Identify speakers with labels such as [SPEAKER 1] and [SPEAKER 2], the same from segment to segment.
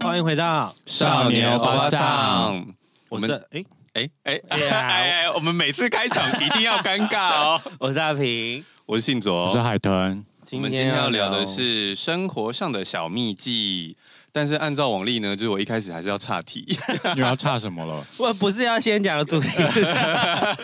[SPEAKER 1] 欢迎回到
[SPEAKER 2] 少年欧巴桑，
[SPEAKER 1] 我是哎，
[SPEAKER 2] 哎哎 哎
[SPEAKER 1] Yeah
[SPEAKER 2] 哎！我们每次开场一定要尴尬哦。
[SPEAKER 1] 我是阿平。
[SPEAKER 2] 我是信
[SPEAKER 3] 我是
[SPEAKER 2] 卓，哦
[SPEAKER 3] 海 豚，
[SPEAKER 2] 我们今天要聊的
[SPEAKER 1] 哦
[SPEAKER 2] 是生活上的小秘技。但是按照往例呢，就是我一开始还是要岔题。
[SPEAKER 3] 又要差什么了？
[SPEAKER 1] 我不是要先讲的主题是 什么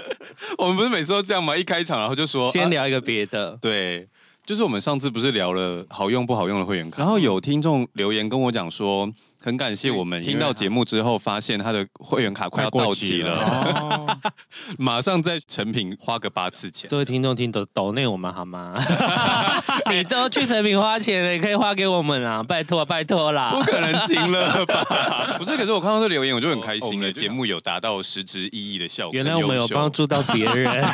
[SPEAKER 2] 我们不是每次都这样吗？一开场然后就说
[SPEAKER 1] 先
[SPEAKER 2] 啊
[SPEAKER 1] 聊一个别的，
[SPEAKER 2] 对，就是我们上次不是聊了好用不好用的会员卡，然后有听众留言跟我讲说，很感谢我们听到节目之后，发现他的会员卡快要
[SPEAKER 3] 快
[SPEAKER 2] 到
[SPEAKER 3] 过期
[SPEAKER 2] 期
[SPEAKER 3] 了哦
[SPEAKER 2] 了， 马上在成品花个八次钱。
[SPEAKER 1] 各位听众听懂抖内我们好 吗？你都去成品花钱了，也可以花给我们啊，拜托拜托啦
[SPEAKER 2] 不！可能停了吧？ 哦不是，可是我看到这留言，我就很开心欸了。节目有达到实质意义的效果，
[SPEAKER 1] 原来我们有帮助
[SPEAKER 2] 助。
[SPEAKER 1] 到别人，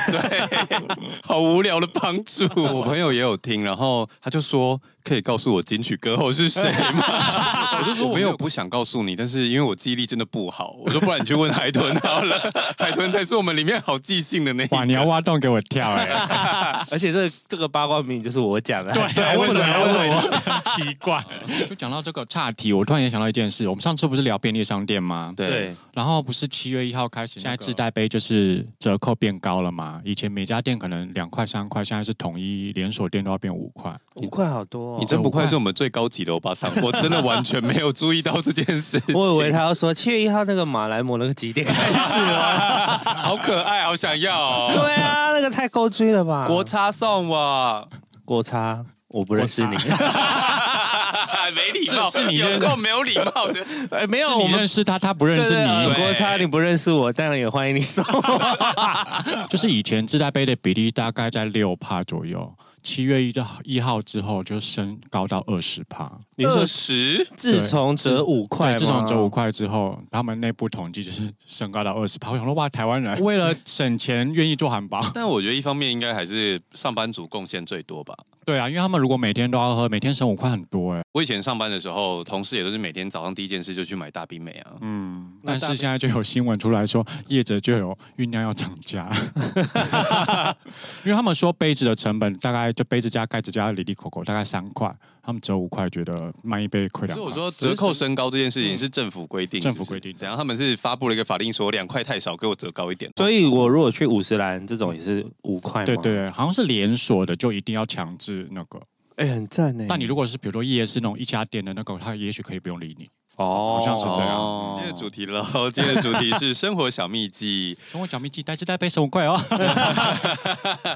[SPEAKER 2] 好无聊的帮助。我朋友也有听，然后他就说可以告诉我金曲歌后是谁 吗？我就说我没有不想告诉你，但是因为我记忆力真的不好，我说不然你去 问海豚好了，海豚才是我们里面好记性的那一
[SPEAKER 3] 哇，你要
[SPEAKER 2] 个。
[SPEAKER 3] 挖洞给我跳哎！
[SPEAKER 1] 而且这这个八卦名就是我讲啊的，
[SPEAKER 3] 对，为什么要问 我？奇怪。哦就讲到这个岔题，我突然也想到一件事，我们上次不是聊便利商店吗？。
[SPEAKER 1] 对，
[SPEAKER 3] 然后不是七月一号开始，现在自带杯就是折扣变高了嘛？以前每家店可能两块三块，现在是统一连锁店都要变五块。
[SPEAKER 1] 五块好多哦
[SPEAKER 2] 你真不愧是我们最高级的欧巴桑，我真的完全没有注意到这件事 情。
[SPEAKER 1] 我以为他要说七月一号那个马来模那个几点开始啊？
[SPEAKER 2] 好可爱，好想要、
[SPEAKER 1] 对
[SPEAKER 2] 哦。
[SPEAKER 1] 啊，那个太够追了吧？
[SPEAKER 2] 国差送我，
[SPEAKER 1] 国差，我不认识你。
[SPEAKER 2] 没礼貌，
[SPEAKER 3] 是是你
[SPEAKER 2] 有
[SPEAKER 3] 认
[SPEAKER 2] 够没有礼貌 的。
[SPEAKER 1] 哎，没有，
[SPEAKER 3] 是
[SPEAKER 1] 我
[SPEAKER 3] 你
[SPEAKER 1] 们
[SPEAKER 3] 认识他，他不认识
[SPEAKER 1] 呃
[SPEAKER 3] 你。
[SPEAKER 1] 国差你不认识我，当然也欢迎你送我。
[SPEAKER 3] 就是以前自带杯的比例大概在六趴左右，七月一号一号之后就升高到二十趴。
[SPEAKER 1] 你
[SPEAKER 2] 二
[SPEAKER 1] 说
[SPEAKER 2] 十，
[SPEAKER 1] 自从折五块吗，
[SPEAKER 3] 对，自从折五块之后，他们内部统计就是升高到二十趴。我想说，哇，台湾人 为了省钱愿意做汉堡。
[SPEAKER 2] 但我觉得一方面应该还是上班族贡献最多吧。
[SPEAKER 3] 对啊，因为他们如果每天都要喝，每天省五块很多哎、
[SPEAKER 2] 我以前上班的时候，同事也都是每天早上第一件事就去买大冰美啊。
[SPEAKER 3] 嗯，
[SPEAKER 1] 那
[SPEAKER 3] 但
[SPEAKER 1] 大
[SPEAKER 3] 是现在就有新闻出来说，业者就有酝酿要涨 价，因为他们说杯子的成本大概就杯子加盖子加里里口口大概三块，他们折五块，觉得卖一杯亏
[SPEAKER 2] 所
[SPEAKER 3] 两
[SPEAKER 2] 以
[SPEAKER 3] 块。
[SPEAKER 2] 我说折嗯扣升高这件事情是政府规定，
[SPEAKER 3] 政
[SPEAKER 2] 是不
[SPEAKER 3] 府
[SPEAKER 2] 是
[SPEAKER 3] 规定的
[SPEAKER 2] 怎样？他们是发布了一个法令，说两块太少，给我折高一点。哦
[SPEAKER 1] 所以我如果去五十兰这种也是五块吗？
[SPEAKER 3] 对对，对，好像是连锁的就一定要强制那个。
[SPEAKER 1] 哎，很赞哎。
[SPEAKER 3] 但你如果是比如说夜市那种一家店的那个，他也许可以不用理你。
[SPEAKER 1] 哦，啊
[SPEAKER 3] 好像是这样
[SPEAKER 2] 今天的主题喽，今天的主题是生活小秘籍。
[SPEAKER 3] 生活小秘籍，但是带杯十五块哦。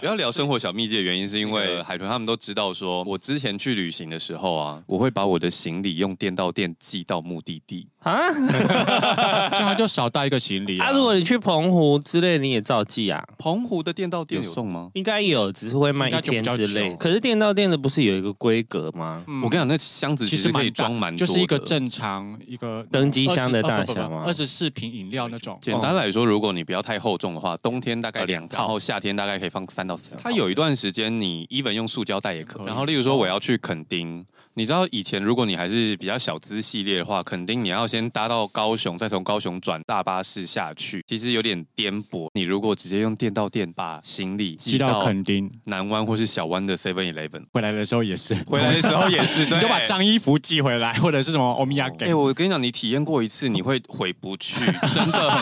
[SPEAKER 2] 不要聊生活小秘籍的原因，是因为海豚他们都知道说，我之前去旅行的时候啊，我会把我的行李用电到店寄到目的地。
[SPEAKER 1] 啊
[SPEAKER 3] 这样他就少带一个行李啊。
[SPEAKER 1] 啊！如果你去澎湖之类，你也照寄啊。
[SPEAKER 2] 澎湖的电到店有送吗？
[SPEAKER 1] 应该有，只是会卖一天之
[SPEAKER 3] 应该就比
[SPEAKER 1] 类。
[SPEAKER 3] 较久
[SPEAKER 1] 可是店到店的不是有一个规格吗？
[SPEAKER 3] 嗯
[SPEAKER 2] 我跟你讲，那箱子其实可以装蛮多
[SPEAKER 3] 就
[SPEAKER 2] 的，
[SPEAKER 3] 是一个正常一个
[SPEAKER 1] 登机箱的大小吗
[SPEAKER 3] 二十四瓶饮料那种。
[SPEAKER 2] 简单来说，如果你不要太厚重的话，冬天大概哦两套，然后夏天大概可以放三到四套。它有一段时间，你 even 用塑胶袋也可以。
[SPEAKER 3] 可以
[SPEAKER 2] 然后，例如说我要去垦丁，你知道以前如果你还是比较小资系列的话，垦丁你要先搭到高雄，再从高雄转大巴士下去，其实有点颠簸。你如果直接用电到店把行李
[SPEAKER 3] 寄
[SPEAKER 2] 寄
[SPEAKER 3] 到
[SPEAKER 2] 到
[SPEAKER 3] 垦丁，
[SPEAKER 2] 南湾或是小湾的 Seven Eleven，
[SPEAKER 3] 回来的时候也是，
[SPEAKER 2] 回来的时候也是，
[SPEAKER 3] 你
[SPEAKER 2] 对
[SPEAKER 3] 就把脏衣服寄回来，或者是什么欧米亚
[SPEAKER 2] 哎、
[SPEAKER 3] 给。
[SPEAKER 2] 我跟你讲，你体验过一次，你会回不去，真的很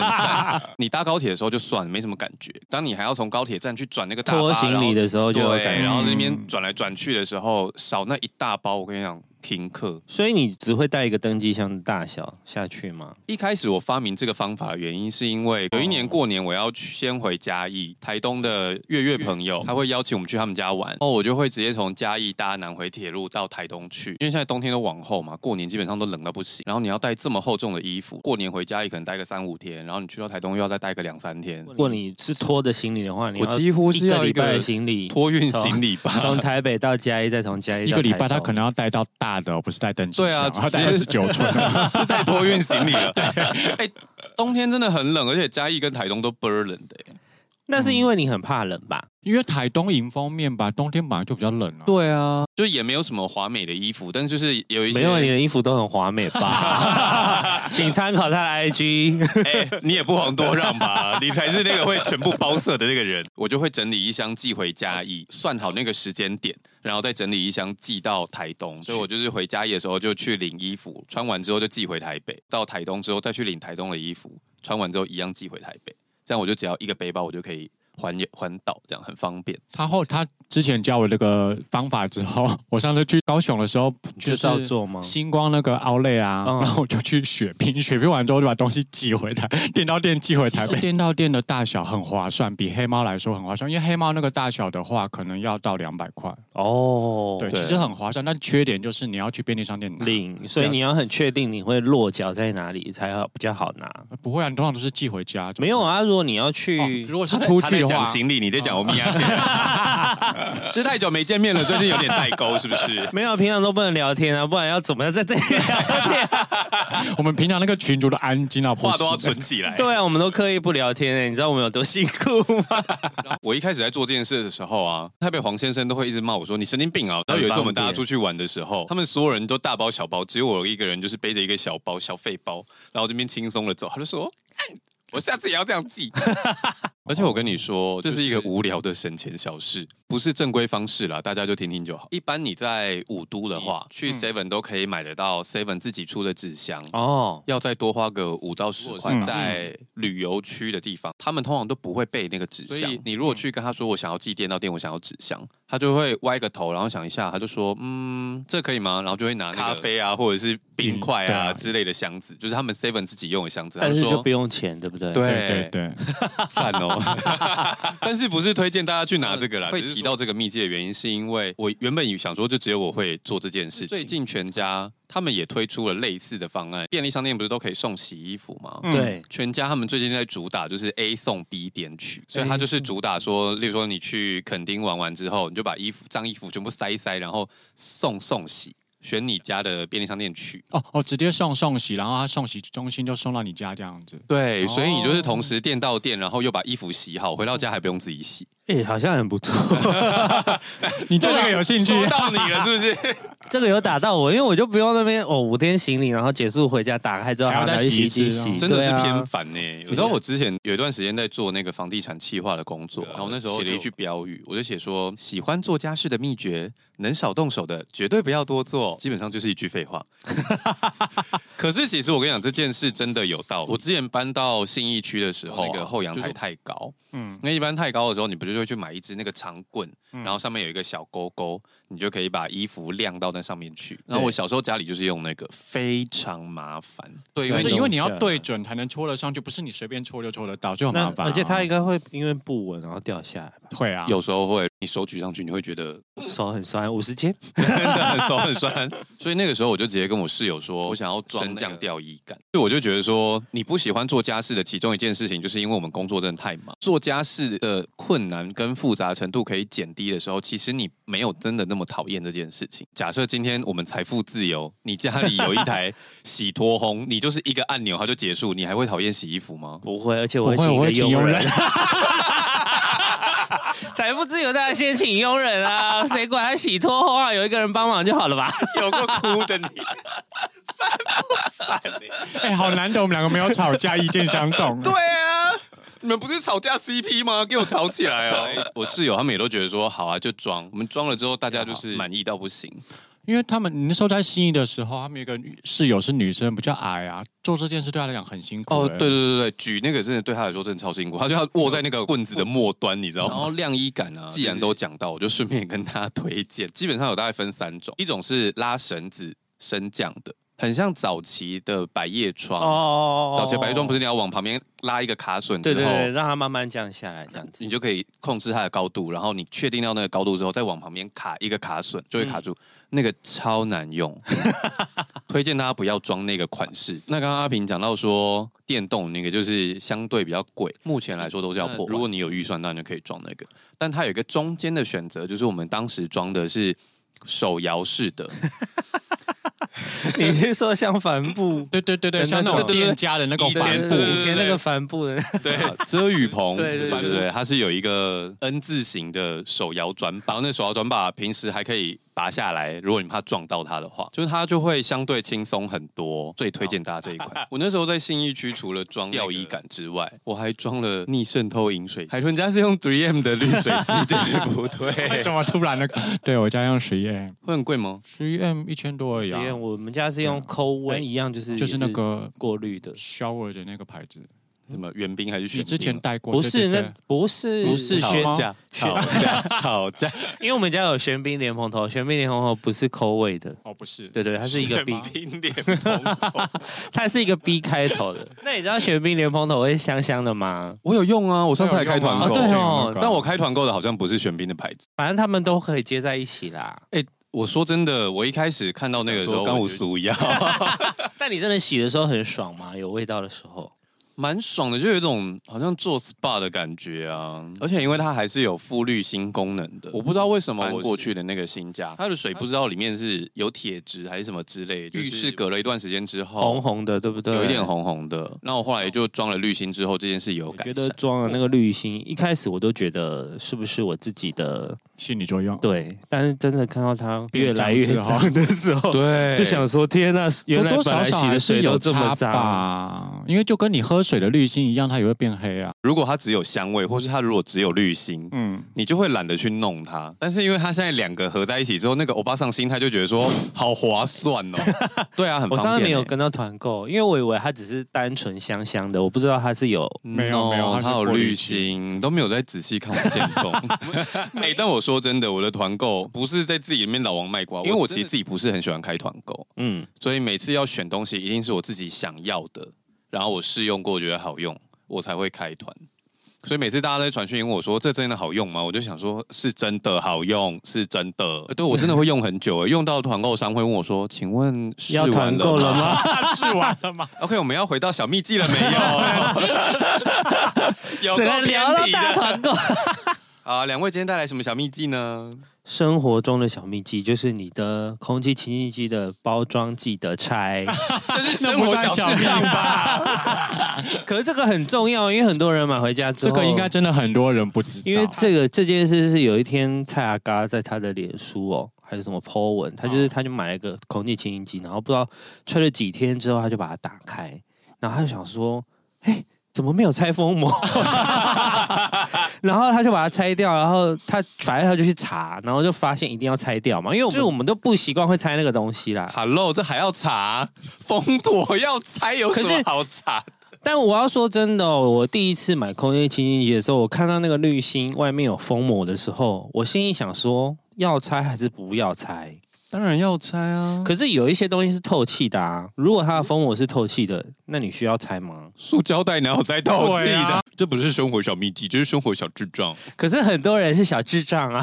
[SPEAKER 2] 赞。 你搭高铁的时候就算了，没什么感觉。当你还要从高铁站去转那个大巴
[SPEAKER 1] 拖行李，的时候
[SPEAKER 2] 然
[SPEAKER 1] 就有
[SPEAKER 2] 后
[SPEAKER 1] 感
[SPEAKER 2] 对，
[SPEAKER 1] 觉嗯
[SPEAKER 2] 然后那边转来转去的时候，少那一大包，我跟你讲，停课。
[SPEAKER 1] 所以你只会带一个登机箱的大小下去吗？
[SPEAKER 2] 一开始我发明这个方法的原因，是因为有一年过年我要去先回嘉义，台东的月月朋
[SPEAKER 1] 嗯
[SPEAKER 2] 友他会邀请我们去他们家玩，然后我就会直接从嘉义搭南回铁路到台东去，因为现在冬天都往后嘛，过年基本上都冷到不行，然后你要带这么厚重的衣服，过年回嘉义可能待个三五天，然后你去到台东又要再待个两三天，
[SPEAKER 1] 如果你是拖着行李的话，你
[SPEAKER 2] 我
[SPEAKER 1] 要
[SPEAKER 2] 几乎是
[SPEAKER 1] 一个
[SPEAKER 2] 要一
[SPEAKER 1] 礼拜
[SPEAKER 2] 个
[SPEAKER 1] 的行李，
[SPEAKER 2] 托运行李 吧。
[SPEAKER 1] 从台北到嘉义，再从嘉义
[SPEAKER 3] 一
[SPEAKER 1] 到
[SPEAKER 3] 个礼拜
[SPEAKER 1] 台
[SPEAKER 3] 他
[SPEAKER 1] 东
[SPEAKER 3] 可能要带到大的，不是带登机
[SPEAKER 2] 对啊
[SPEAKER 3] 箱，他带二
[SPEAKER 2] 直
[SPEAKER 3] 十
[SPEAKER 2] 接
[SPEAKER 3] 九寸。
[SPEAKER 2] 是带 托运行李了。对，哎、冬天真的很冷，而且嘉义跟台东都倍儿冷的、哎
[SPEAKER 1] 那是因为你很怕冷吧？
[SPEAKER 3] 因为台东迎风面吧，冬天本来就比较冷啊。
[SPEAKER 2] 对啊，就也没有什么华美的衣服，但就是有一些
[SPEAKER 1] 没有，啊你的衣服都很华美吧？ 请参考他的 IG。
[SPEAKER 2] 哎、你也不遑多让吧， 你才是那个会全部包色的那个人。我就会整理一箱寄回嘉义，算好那个时间点，然后再整理一箱寄到台东。所以我就是回嘉义的时候就去领衣服，穿完之后就寄回台北，到台东之后再去领台东的衣服，穿完之后一样寄回台北。这样我就只要一个背包，我就可以环环岛，这样很方便。
[SPEAKER 3] 他后他之前教我这个方法之后，我上次去高雄的时候，就
[SPEAKER 1] 就是照做吗
[SPEAKER 3] 星光那个奥莱啊，
[SPEAKER 1] 嗯
[SPEAKER 3] 然后我就去血拼， 血拼完之后就把东西寄回台，店到店寄回台北。店到店的大小很划算，比黑猫来说很划算，因为黑猫那个大小的话，可能要到两百块。
[SPEAKER 1] 哦，
[SPEAKER 3] 对，
[SPEAKER 2] 对
[SPEAKER 3] 其实很划算，但缺点就是你要去便利商店拿。
[SPEAKER 1] 领，所以你要很确定你会落脚在哪里才好比较好拿。
[SPEAKER 3] 呃不会啊，你通常都是寄回家。
[SPEAKER 1] 没有啊，如果你要
[SPEAKER 3] 哦，
[SPEAKER 1] 去，
[SPEAKER 3] 如果是出
[SPEAKER 2] 他
[SPEAKER 3] 去
[SPEAKER 2] 在
[SPEAKER 3] 的
[SPEAKER 2] 讲
[SPEAKER 3] 话，
[SPEAKER 2] 行李，你在讲欧米亚，吃太久没见面了，最近有点代沟，是不是？
[SPEAKER 1] 没有啊平常都不能聊天啊，不然要怎么样在这里聊天？
[SPEAKER 3] 我们平常那个群主的安静啊，
[SPEAKER 2] 话都要
[SPEAKER 3] 不行
[SPEAKER 2] 存起来。
[SPEAKER 1] 对啊，我们都刻意不聊天诶、欸你知道我们有多辛苦吗？
[SPEAKER 2] 我一开始在做这件事的时候啊，台北黄先生都会一直骂我说你神经病啊。然后有一次我们大家出去玩的时候，他们所有人都大包小包，只有我一个人就是背着一个小包小废包，然后这边轻松的走。他就说，嗯我下次也要这样记。 而且我跟你说，这是一个无聊的省钱小事，不是正规方式啦，大家就听听就好。一般你在五都的话，去 Seven 都可以买得到 Seven 自己出的纸箱。
[SPEAKER 1] 哦，
[SPEAKER 2] 要再多花个五到十
[SPEAKER 3] 嗯
[SPEAKER 2] 块，嗯在旅游区的地方，他们通常都不会备那个纸
[SPEAKER 1] 所
[SPEAKER 2] 箱
[SPEAKER 1] 以。
[SPEAKER 2] 你如果去跟他说我想要寄电到店，我想要纸箱，他就会歪个头，然后想一下，他就说嗯，这可以吗？然后就会拿那个咖啡啊，或者是冰块
[SPEAKER 3] 对啊
[SPEAKER 2] 啊之类的箱子，就是他们 Seven 自己用的箱子。
[SPEAKER 1] 但是
[SPEAKER 2] 他
[SPEAKER 1] 就
[SPEAKER 2] 说
[SPEAKER 1] 不用钱，对不对？
[SPEAKER 2] 对
[SPEAKER 3] 对对对，
[SPEAKER 2] 饭 哦， 但是不是推荐大家去拿这个啦？
[SPEAKER 1] 会
[SPEAKER 2] 会提到这个秘籍的原因，是因为我原本以想说就只有我会做这件事情。最近全家他们也推出了类似的方案，便利商店不是都可以送洗衣服吗？
[SPEAKER 3] 嗯
[SPEAKER 1] 对，
[SPEAKER 2] 全家他们最近在主打就是 A 送 B 点取，所以他就是主打说，例如说你去垦丁玩完之后，你就把衣服脏衣服全部塞一塞，然后送送洗，选你家的便利商店取。
[SPEAKER 3] 哦哦，直接送送洗，然后他送洗中心就送到你家这样子。
[SPEAKER 2] 对，所以你就是
[SPEAKER 3] 哦
[SPEAKER 2] 同时店到店，然后又把衣服洗好，回到家还不用自己洗。
[SPEAKER 1] 哎、好像很不错，
[SPEAKER 3] 你对这个有兴趣？
[SPEAKER 2] 说到你 了，是不是？
[SPEAKER 1] 这个有打到我，因为我就不用那边哦，五天行李，然后结束回家打开之后
[SPEAKER 3] 还要
[SPEAKER 1] 拿
[SPEAKER 3] 再
[SPEAKER 1] 去
[SPEAKER 3] 洗
[SPEAKER 1] 洗
[SPEAKER 3] 一
[SPEAKER 1] 衣机
[SPEAKER 3] 次
[SPEAKER 1] 洗，
[SPEAKER 3] 哦
[SPEAKER 2] 真的
[SPEAKER 1] 对
[SPEAKER 2] 是
[SPEAKER 1] 啊
[SPEAKER 2] 偏烦呢、你知道我之前有一段时间在做那个房地产企划的工作，然后那时啊候写了一句标语，我就写说喜欢做家事的秘诀，能少动手的绝对不要多做，基本上就是一句废话。 可是其实我跟你讲，这件事真的有道理。我之前搬到信义区的时候啊、那个后阳台太高，
[SPEAKER 3] 嗯，
[SPEAKER 2] 那一般太高的时候，你不就会去买一支那个长棍，
[SPEAKER 3] 嗯
[SPEAKER 2] 然后上面有一个小勾勾，你就可以把衣服晾到那上面去。然后我小时候家里就是用那个，非常麻烦。对，因
[SPEAKER 3] 就
[SPEAKER 2] 为
[SPEAKER 3] 是
[SPEAKER 2] 你
[SPEAKER 3] 因为你要
[SPEAKER 1] 用下
[SPEAKER 3] 对准才能戳得上去，不是你随便戳就戳得到，就很麻
[SPEAKER 1] 那
[SPEAKER 3] 烦啊、
[SPEAKER 1] 而且它应该会因为不稳然后掉下来吧，
[SPEAKER 3] 会啊，
[SPEAKER 2] 有时候会，你手举上去，你会觉 得
[SPEAKER 1] 手很酸，五十斤。
[SPEAKER 2] 真的很手很 酸。所以那个时候，我就直接跟我室友说，我想要装
[SPEAKER 4] 升
[SPEAKER 2] 降
[SPEAKER 4] 降
[SPEAKER 2] 吊衣杆。所以我就觉得说，你不喜欢做家事的其中一件事情，就是因为我们工作真的太忙，做家事的困难跟复杂程度可以减低的时候，其实你没有真的那么讨厌这件事情。假设今天我们财富自由，你家里有一台 洗脱烘，你就是一个按钮它就结束，你还会讨厌洗衣服吗？
[SPEAKER 1] 不会，而且
[SPEAKER 3] 不
[SPEAKER 1] 我会
[SPEAKER 3] 会，
[SPEAKER 1] 请一
[SPEAKER 3] 我
[SPEAKER 1] 个
[SPEAKER 3] 会请
[SPEAKER 1] 佣
[SPEAKER 3] 佣
[SPEAKER 1] 人
[SPEAKER 3] 人。。
[SPEAKER 1] 财富自由，大家先请佣人啊，谁管他洗脱烘啊？有一个人帮忙就好了吧？
[SPEAKER 2] 有过哭的你。
[SPEAKER 3] 哎、好难得我们两个没有吵 架，意见相同。
[SPEAKER 2] 对啊，你们不是吵架 CP 吗？给我吵起来 哦！我室友他们也都觉得说，好啊，就装。我们装了之后，大家就是啊满意到不行。
[SPEAKER 3] 因为他们你那时候在新义的时候，他们有一个女室友是女生，比较矮啊，做这件事对她来讲很辛苦、
[SPEAKER 2] 哦，
[SPEAKER 3] 哎
[SPEAKER 2] 对对对对，举那个真的对他来说真的超辛苦，他就要握在那个棍子的末端，你知道吗？然后晾衣杆啊，既然都讲到，我就顺便跟大家推荐，基本上有大概分三种，一种是拉绳子升降的，很像早期的百叶窗。
[SPEAKER 1] 哦
[SPEAKER 2] 早期的百叶窗不
[SPEAKER 1] 是
[SPEAKER 2] 是你要往旁边拉一个卡榫之
[SPEAKER 1] 对
[SPEAKER 2] 后，
[SPEAKER 1] 对对，让它慢慢降下来，这样子
[SPEAKER 2] 你。就可以控制它的高度，然后你确定到那个高度之后，再往旁边卡一个卡榫，就会卡住。那个超难 用，推荐大家不要装那个款式。那刚刚阿平讲到说，电动那个就是相对比较贵，目前来说都是要破万。如果你有预算，那你就可以装那个。但它有一个中间的选择，就是我们当时装的是手摇式的。
[SPEAKER 1] 你是说像帆布
[SPEAKER 3] 对对对对，像那
[SPEAKER 1] 对
[SPEAKER 3] 种
[SPEAKER 1] 对对对
[SPEAKER 3] 店家的那种
[SPEAKER 2] 以
[SPEAKER 3] 帆
[SPEAKER 2] 前
[SPEAKER 3] 布
[SPEAKER 2] 对，
[SPEAKER 1] 以前那个帆布的，
[SPEAKER 2] 对，啊遮雨棚，
[SPEAKER 1] 对对对
[SPEAKER 2] 对对，它是有一个 N 字形的手摇转把，那手摇转把平时还可以拔下来，如果你怕撞到它的话，就是它就会相对轻松很多。最推荐大家这一款。 我那时候在信义区，除了装吊衣杆之外，我还装了逆渗透饮水。海豚家是用 3M 的滤水器，对不对？
[SPEAKER 3] 怎么突然的？对我家用十一 M，
[SPEAKER 2] 会很贵吗？
[SPEAKER 3] 十一 M 一千多而已
[SPEAKER 1] 实
[SPEAKER 3] 啊，
[SPEAKER 1] 验我们家是用抠温一样，就是
[SPEAKER 3] 就是那个
[SPEAKER 1] 过滤的，
[SPEAKER 3] shower 的那个牌子，
[SPEAKER 2] 什么圆冰还是
[SPEAKER 3] 你
[SPEAKER 2] 雪
[SPEAKER 3] 之前
[SPEAKER 2] 冰？
[SPEAKER 3] 带过？
[SPEAKER 1] 不
[SPEAKER 3] 对
[SPEAKER 1] 是
[SPEAKER 3] 对
[SPEAKER 1] 那不是
[SPEAKER 3] 不是
[SPEAKER 1] 轩
[SPEAKER 3] 吗
[SPEAKER 2] 架吵架吵架，
[SPEAKER 1] 因为我们家有玄冰莲蓬头，玄冰莲蓬头不是抠味的，
[SPEAKER 3] 哦不是，
[SPEAKER 1] 对对，它是一个 B，
[SPEAKER 2] 冰脸蓬头
[SPEAKER 1] 它是一个 B 开头的。那你知道玄冰莲蓬头会香香的吗？
[SPEAKER 2] 我有用啊，我上次还开团
[SPEAKER 1] 啊
[SPEAKER 2] 购。
[SPEAKER 1] 对哦
[SPEAKER 3] 那个
[SPEAKER 2] 但我开团购的好像不是玄彬的牌子。
[SPEAKER 1] 反正他们都可以接在一起啦。
[SPEAKER 2] 我说真的，我一开始看到那个时候，
[SPEAKER 3] 想说
[SPEAKER 2] 跟我叔一样，
[SPEAKER 1] 但你真的洗的时候很爽吗？有味道的时候，
[SPEAKER 2] 蛮爽的，就有一种好像做 SPA 的感觉啊。而且因为它还是有复滤新功能的，我不知道为什么
[SPEAKER 3] 搬
[SPEAKER 2] 我
[SPEAKER 3] 过
[SPEAKER 2] 过去的那个新家，它的水不知道里面是有铁质还是什么之类的。浴室隔了一段时间之
[SPEAKER 1] 红
[SPEAKER 2] 后，
[SPEAKER 1] 红的，对不对？
[SPEAKER 2] 哦有一点。红红的。那我后来就装了滤芯之后，这件事有
[SPEAKER 1] 我
[SPEAKER 2] 改
[SPEAKER 1] 觉得
[SPEAKER 2] 善。
[SPEAKER 1] 装了那个滤芯，一开始我都觉得是不是我自己的
[SPEAKER 3] 心理作用。
[SPEAKER 1] 对，但是真的看到它
[SPEAKER 3] 变
[SPEAKER 1] 越来越
[SPEAKER 3] 脏之后
[SPEAKER 1] 脏的时候，
[SPEAKER 2] 对
[SPEAKER 1] 就想说天呐，原
[SPEAKER 3] 多
[SPEAKER 1] 来
[SPEAKER 3] 哎多
[SPEAKER 1] 本
[SPEAKER 3] 少
[SPEAKER 1] 来
[SPEAKER 3] 少
[SPEAKER 1] 洗
[SPEAKER 3] 还
[SPEAKER 1] 的
[SPEAKER 3] 是
[SPEAKER 1] 水
[SPEAKER 3] 有
[SPEAKER 1] 都这
[SPEAKER 3] 差
[SPEAKER 1] 么脏，
[SPEAKER 3] 吧，因为就跟你喝水的滤芯一样，它也会变黑啊。
[SPEAKER 2] 如果它只有香味，或是它如果只有滤芯，
[SPEAKER 3] 嗯，
[SPEAKER 2] 你就会懒得去弄它。但是因为它现在两个合在一起之后，那个欧巴桑心态就觉得说好划算哦。 对啊，很
[SPEAKER 1] 我
[SPEAKER 2] 方便欸、
[SPEAKER 1] 上次没有跟到团购，因为我以为它只是单纯香香的，我不知道它是有。
[SPEAKER 3] 没有
[SPEAKER 2] No，
[SPEAKER 3] 没有它是
[SPEAKER 2] 它有
[SPEAKER 3] 过滤
[SPEAKER 2] 滤芯，你都没有在仔细看我线动。哎、但我说真的，我的团购不是在自己里面老王卖瓜，因为我其实自己不是很喜欢开团购，
[SPEAKER 1] 嗯，
[SPEAKER 2] 所以每次要选东西一定是我自己想要的，然后我试用过觉得好用，我才会开团。所以每次大家都在传讯问我说：“这真的好用吗？”我就想说：“是真的好用，是真的。呃对我真的会用很久，欸用到团购商会问我说：“请问试
[SPEAKER 1] 要
[SPEAKER 2] 完
[SPEAKER 1] 团购
[SPEAKER 2] 了
[SPEAKER 1] 了
[SPEAKER 2] 吗
[SPEAKER 1] 吗？
[SPEAKER 3] 试完了吗？
[SPEAKER 2] ？”OK，我们要回到小秘籍 了没有？有
[SPEAKER 1] 整 个
[SPEAKER 2] 够
[SPEAKER 1] 聊到
[SPEAKER 2] 偏题的
[SPEAKER 1] 大团 购。
[SPEAKER 2] 啊，两位今天带来什么小秘 籍呢？
[SPEAKER 1] 生活中的小秘籍就是你的空气清净机的包装记得 拆，
[SPEAKER 2] 这是
[SPEAKER 3] 那不算小秘
[SPEAKER 2] 啊吧？
[SPEAKER 1] 可是这个很重要，因为很多人买回家之
[SPEAKER 3] 这
[SPEAKER 1] 后，
[SPEAKER 3] 个应该真的很多人不知道，
[SPEAKER 1] 因为这个这件事是有一天蔡阿嘎在他的脸书哦，还是什么 po 文，他就是、
[SPEAKER 3] 哦
[SPEAKER 1] 他就买了一个空气清新机，然后不知道吹了几天之后，他就把它打开，然后他就想说，哎，怎么没有拆封膜？ 然后他就把它拆掉，然后他反正他就去查，然后就发现一定要拆掉嘛，因为我们就是我们都不习惯会拆那个东西啦。
[SPEAKER 2] Hello，这还要查？封躲要拆有什
[SPEAKER 1] 可
[SPEAKER 2] 么
[SPEAKER 1] 是
[SPEAKER 2] 好查？
[SPEAKER 1] 但我要说真的、哦，我第一次买空气清新机的时候，我看到那个滤芯外面有封膜的时候，我心里想说，要拆还是不要拆？
[SPEAKER 2] 当然要拆啊！
[SPEAKER 1] 可是有一些东西是透气的啊，如果它的封膜是透气的，那你需要拆 吗？
[SPEAKER 2] 塑胶袋哪有在透气
[SPEAKER 3] 对
[SPEAKER 2] 的？
[SPEAKER 3] 啊
[SPEAKER 2] 这不是生活小秘籍，这是生活小智障。
[SPEAKER 1] 可是很多人是小智障啊，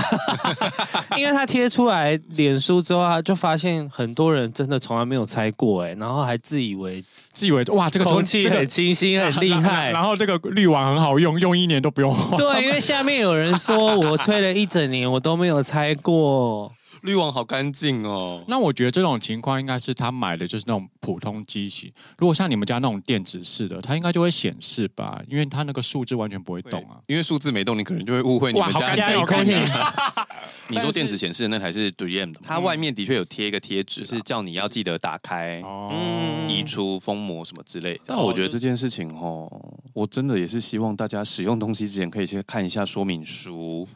[SPEAKER 1] 因为他贴出来脸书之后啊，就发现很多人真的从来没有拆过哎、然后还自以为
[SPEAKER 3] 自以为哇，这个
[SPEAKER 1] 空气
[SPEAKER 3] 这个哎
[SPEAKER 1] 很清新、很厉害。
[SPEAKER 3] 然后这个滤网很好用，用一年都不用换。
[SPEAKER 1] 对，因为下面有人说我吹了一整年，我都没有拆过。
[SPEAKER 2] 滤网好干净哦。
[SPEAKER 3] 那我觉得这种情况应该是他买的就是那种普通机型，如果像你们家那种电子式的，它应该就会显示吧，因为它那个数字完全不会动啊。
[SPEAKER 2] 因为数字没动，你可能就会误会你
[SPEAKER 3] 哇
[SPEAKER 2] 们
[SPEAKER 3] 好
[SPEAKER 2] 家
[SPEAKER 3] 干净
[SPEAKER 2] 这一
[SPEAKER 3] 好
[SPEAKER 2] 款
[SPEAKER 3] 干净
[SPEAKER 2] 你说电子显示的那台是 3M 的，它外面的确有贴一个贴纸，啊是叫你要记得打开、
[SPEAKER 3] 哦，
[SPEAKER 1] 嗯
[SPEAKER 2] 移除封膜什么之类的。但我觉得这件事情哦，我真的也是希望大家使用东西之前可以先看一下说明 书。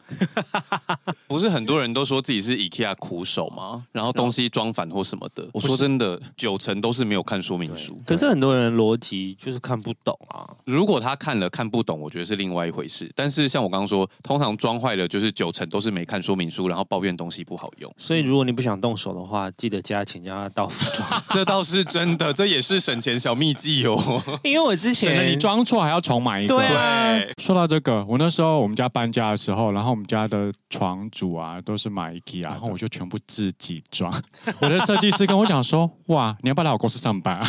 [SPEAKER 2] 不是很多人都说自己是 IKEA 苦手吗？然后东西装反或什么的，我说真的，九成都是没有看说明书。
[SPEAKER 1] 可是很多人逻辑就是看不懂啊。，
[SPEAKER 2] 如果他看了看不懂，我觉得是另外一回事。但是像我刚刚说，通常装坏了就是九成都是没看说明书，然后抱怨东西不好用
[SPEAKER 1] 所以如果你不想动手的话，记得加钱叫他到服装，
[SPEAKER 2] 这倒是真的，这也是省钱小秘籍哦。
[SPEAKER 1] 因为我之
[SPEAKER 3] 省
[SPEAKER 1] 前
[SPEAKER 3] 得你装错还要重买一个。
[SPEAKER 1] 对啊
[SPEAKER 2] 对，
[SPEAKER 3] 说到这个，我那时候我们家搬家的时候，然后我们家的床主啊都是买 IKEA，然后我就全部自己装。 我的设计师跟我讲说：“哇，你要不要来我公司上班啊？”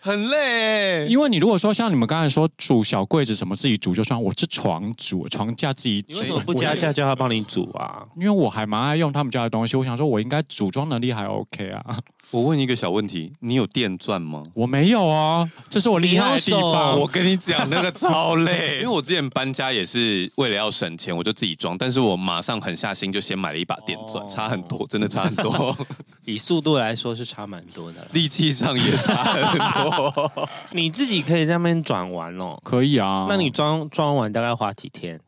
[SPEAKER 2] 很累欸。
[SPEAKER 3] 因为你如果说像你们刚才说煮小柜子什么自己煮就算，我是床煮，床架自己
[SPEAKER 1] 你
[SPEAKER 3] 煮。
[SPEAKER 1] 为什么不加价叫他帮你煮啊？
[SPEAKER 3] 因为我还蛮爱用他们家的东西，我想说我应该组装能力还 OK 啊。
[SPEAKER 2] 我问一个小问题，你有电钻吗？
[SPEAKER 3] 我没有哦，这是我厉害的地
[SPEAKER 1] 啊
[SPEAKER 3] 方。
[SPEAKER 2] 我跟你讲，那个超 累，因为我之前搬家也是为了要省钱，我就自己装，但是我马上狠下心就先买了一把电钻，
[SPEAKER 3] 哦
[SPEAKER 2] 差很多，真的差很多，
[SPEAKER 1] 以速度来说是差蛮多的啦。
[SPEAKER 2] 力气上也差 很多。
[SPEAKER 1] 你自己可以在那边转完哦。
[SPEAKER 3] 可以啊，
[SPEAKER 1] 那你装装完大概花几 天？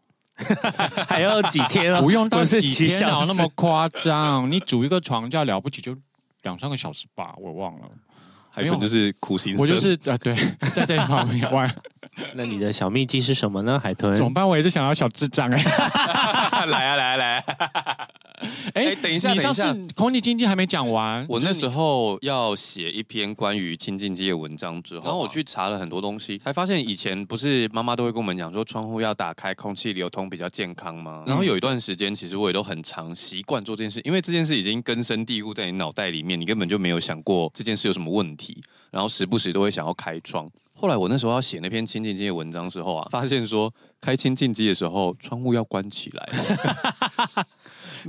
[SPEAKER 1] 还要几天 哦？
[SPEAKER 3] 不用到
[SPEAKER 1] 不
[SPEAKER 3] 几
[SPEAKER 1] 是几
[SPEAKER 3] 天
[SPEAKER 1] 小
[SPEAKER 3] 啊
[SPEAKER 1] 时
[SPEAKER 3] 那么夸张，你组一个床架了不起就两三个小时 吧，我忘了。
[SPEAKER 2] 还有就是苦行僧，
[SPEAKER 3] 我就是啊，对，在这一方面，哇，
[SPEAKER 1] 那你的小秘籍是什么呢？海豚
[SPEAKER 2] 哎
[SPEAKER 3] 怎么办？我也是想要小智障哎、
[SPEAKER 2] 来 啊来啊来啊！
[SPEAKER 3] 哎、
[SPEAKER 2] 哎等一下
[SPEAKER 3] 你上次
[SPEAKER 2] 等
[SPEAKER 3] 空气经济还没讲完，
[SPEAKER 2] 我那时候要写一篇关于清净机的文章之后，然后我去查了很多东西，才发现以前不是妈妈都会跟我们讲说窗户要打开，空气流通比较健康吗？然后有一段时间，其实我也都很常习惯做这件事，因为这件事已经根深蒂固在你脑袋里面，你根本就没有想过这件事有什么问题，然后时不时都会想要开窗。后来我那时候要写那篇清净机的文章之后啊，发现说开清净机的时候窗户要关起来。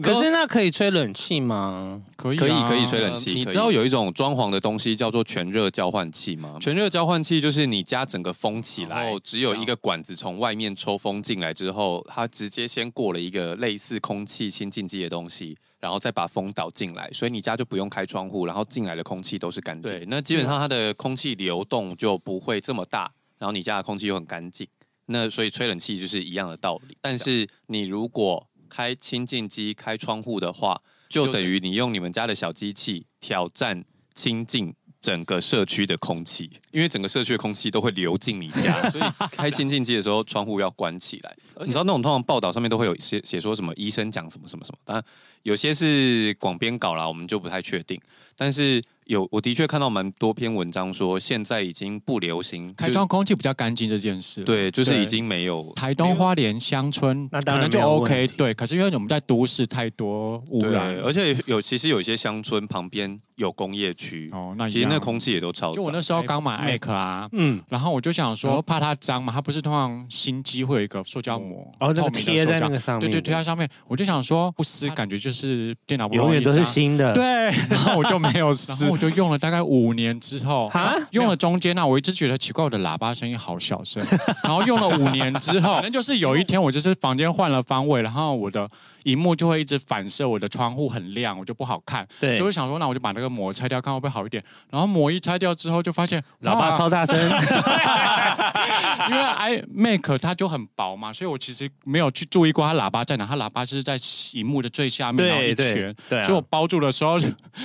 [SPEAKER 1] 可是那可以吹冷气吗？
[SPEAKER 3] 可以、啊、
[SPEAKER 2] 可以可以吹冷气。
[SPEAKER 3] 可以
[SPEAKER 2] 你知道有一种装潢的东西叫做全热交换器吗？哦全热交换器就是你家整个封起来，
[SPEAKER 1] 然
[SPEAKER 2] 然
[SPEAKER 1] 后
[SPEAKER 2] 后只有一个管子从外面抽风进来之后，它直接先过了一个类似空气新进机的东西。然后再把风导进来，所以你家就不用开窗户，然后进来的空气都是干净。对，那基本上它的空气流动就不会这么大，然后你家的空气又很干净。那所以吹冷气就是一啊样的道理。但是你如果开清净机、开窗户的话，就等于你用你们家的小机器挑战清净整个社区的空气，因为整个社区的空气都会流进你 家，所以开清净机的时候窗户要关起来。你知道那种通常报道上面都会有写写说什么医生讲什么什么什么，当然有些是广编稿啦，我们就不太确定。但是有我的确看到蛮多篇文章说，现在已经不流行
[SPEAKER 3] 开，窗空气比较干净这件事，
[SPEAKER 2] 就。对，就是
[SPEAKER 3] 对
[SPEAKER 2] 已经没有
[SPEAKER 3] 台东花莲乡村
[SPEAKER 1] 那当然
[SPEAKER 3] 可能就
[SPEAKER 1] 没有问
[SPEAKER 3] OK，
[SPEAKER 1] 题
[SPEAKER 3] 对。可是因为我们在都市太多污染
[SPEAKER 2] 对，，而且有其实有一些乡村旁边有工业区，
[SPEAKER 3] 哦，那一
[SPEAKER 2] 其实那
[SPEAKER 3] 样
[SPEAKER 2] 空气哎也都超
[SPEAKER 3] 就我那
[SPEAKER 2] 脏
[SPEAKER 3] 时候刚买艾克啊，
[SPEAKER 1] 嗯，
[SPEAKER 3] 然后我就想
[SPEAKER 1] 然
[SPEAKER 3] 说
[SPEAKER 1] 后
[SPEAKER 3] 怕它脏嘛，它不是通常新机会有一个塑胶膜，
[SPEAKER 1] 哦，那个
[SPEAKER 3] 透明的
[SPEAKER 1] 贴在
[SPEAKER 3] 塑胶
[SPEAKER 1] 那个上面，
[SPEAKER 3] 对对，贴在上面，我就想说不撕，感觉就是电脑不
[SPEAKER 1] 永远都是
[SPEAKER 3] 新，
[SPEAKER 1] 新的。
[SPEAKER 3] 啊对，然后我就没有撕，然后我就用了大概五年之后。
[SPEAKER 1] 啊，
[SPEAKER 3] 用了中间那、我一直觉得奇怪，我的喇叭声音好小声。然后用了五年之后，反正就是有一天，我就是房间换了方位，然后我的荧幕就会一直反射我的窗户很亮，我就不好看，
[SPEAKER 1] 对
[SPEAKER 3] 就，会想说，那我就把那个膜拆掉，看会不会好一点。然后膜一拆掉之后，就发现
[SPEAKER 1] 喇叭
[SPEAKER 3] 哇
[SPEAKER 1] 超大声，
[SPEAKER 3] 因为 iMac 它就很薄嘛，所以我其实没有去注意过它喇叭在哪，它喇叭是在荧幕的最下面，然后一
[SPEAKER 1] 对对
[SPEAKER 3] 圈。
[SPEAKER 1] 对啊
[SPEAKER 3] 所以我包住的时候，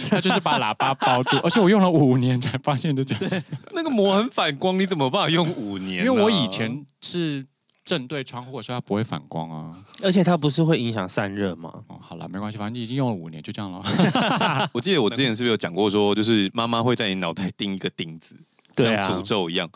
[SPEAKER 3] 它就是把喇叭包住， 而且我用了五年才发现这件事，
[SPEAKER 2] 那个膜很反光，你怎么办法用五年
[SPEAKER 3] 因
[SPEAKER 2] 啊、
[SPEAKER 3] 为我以前是正对窗户，所以它不会反光啊。
[SPEAKER 1] 而且它不是会影响散热吗？
[SPEAKER 3] 哦，好了，没关系，反正已经用了五年，就这样了。
[SPEAKER 2] 我记得我之前是不是有讲过说，就是妈妈会在你脑袋钉一个钉子，
[SPEAKER 1] 对
[SPEAKER 2] 像
[SPEAKER 1] 啊
[SPEAKER 2] 诅，咒一样。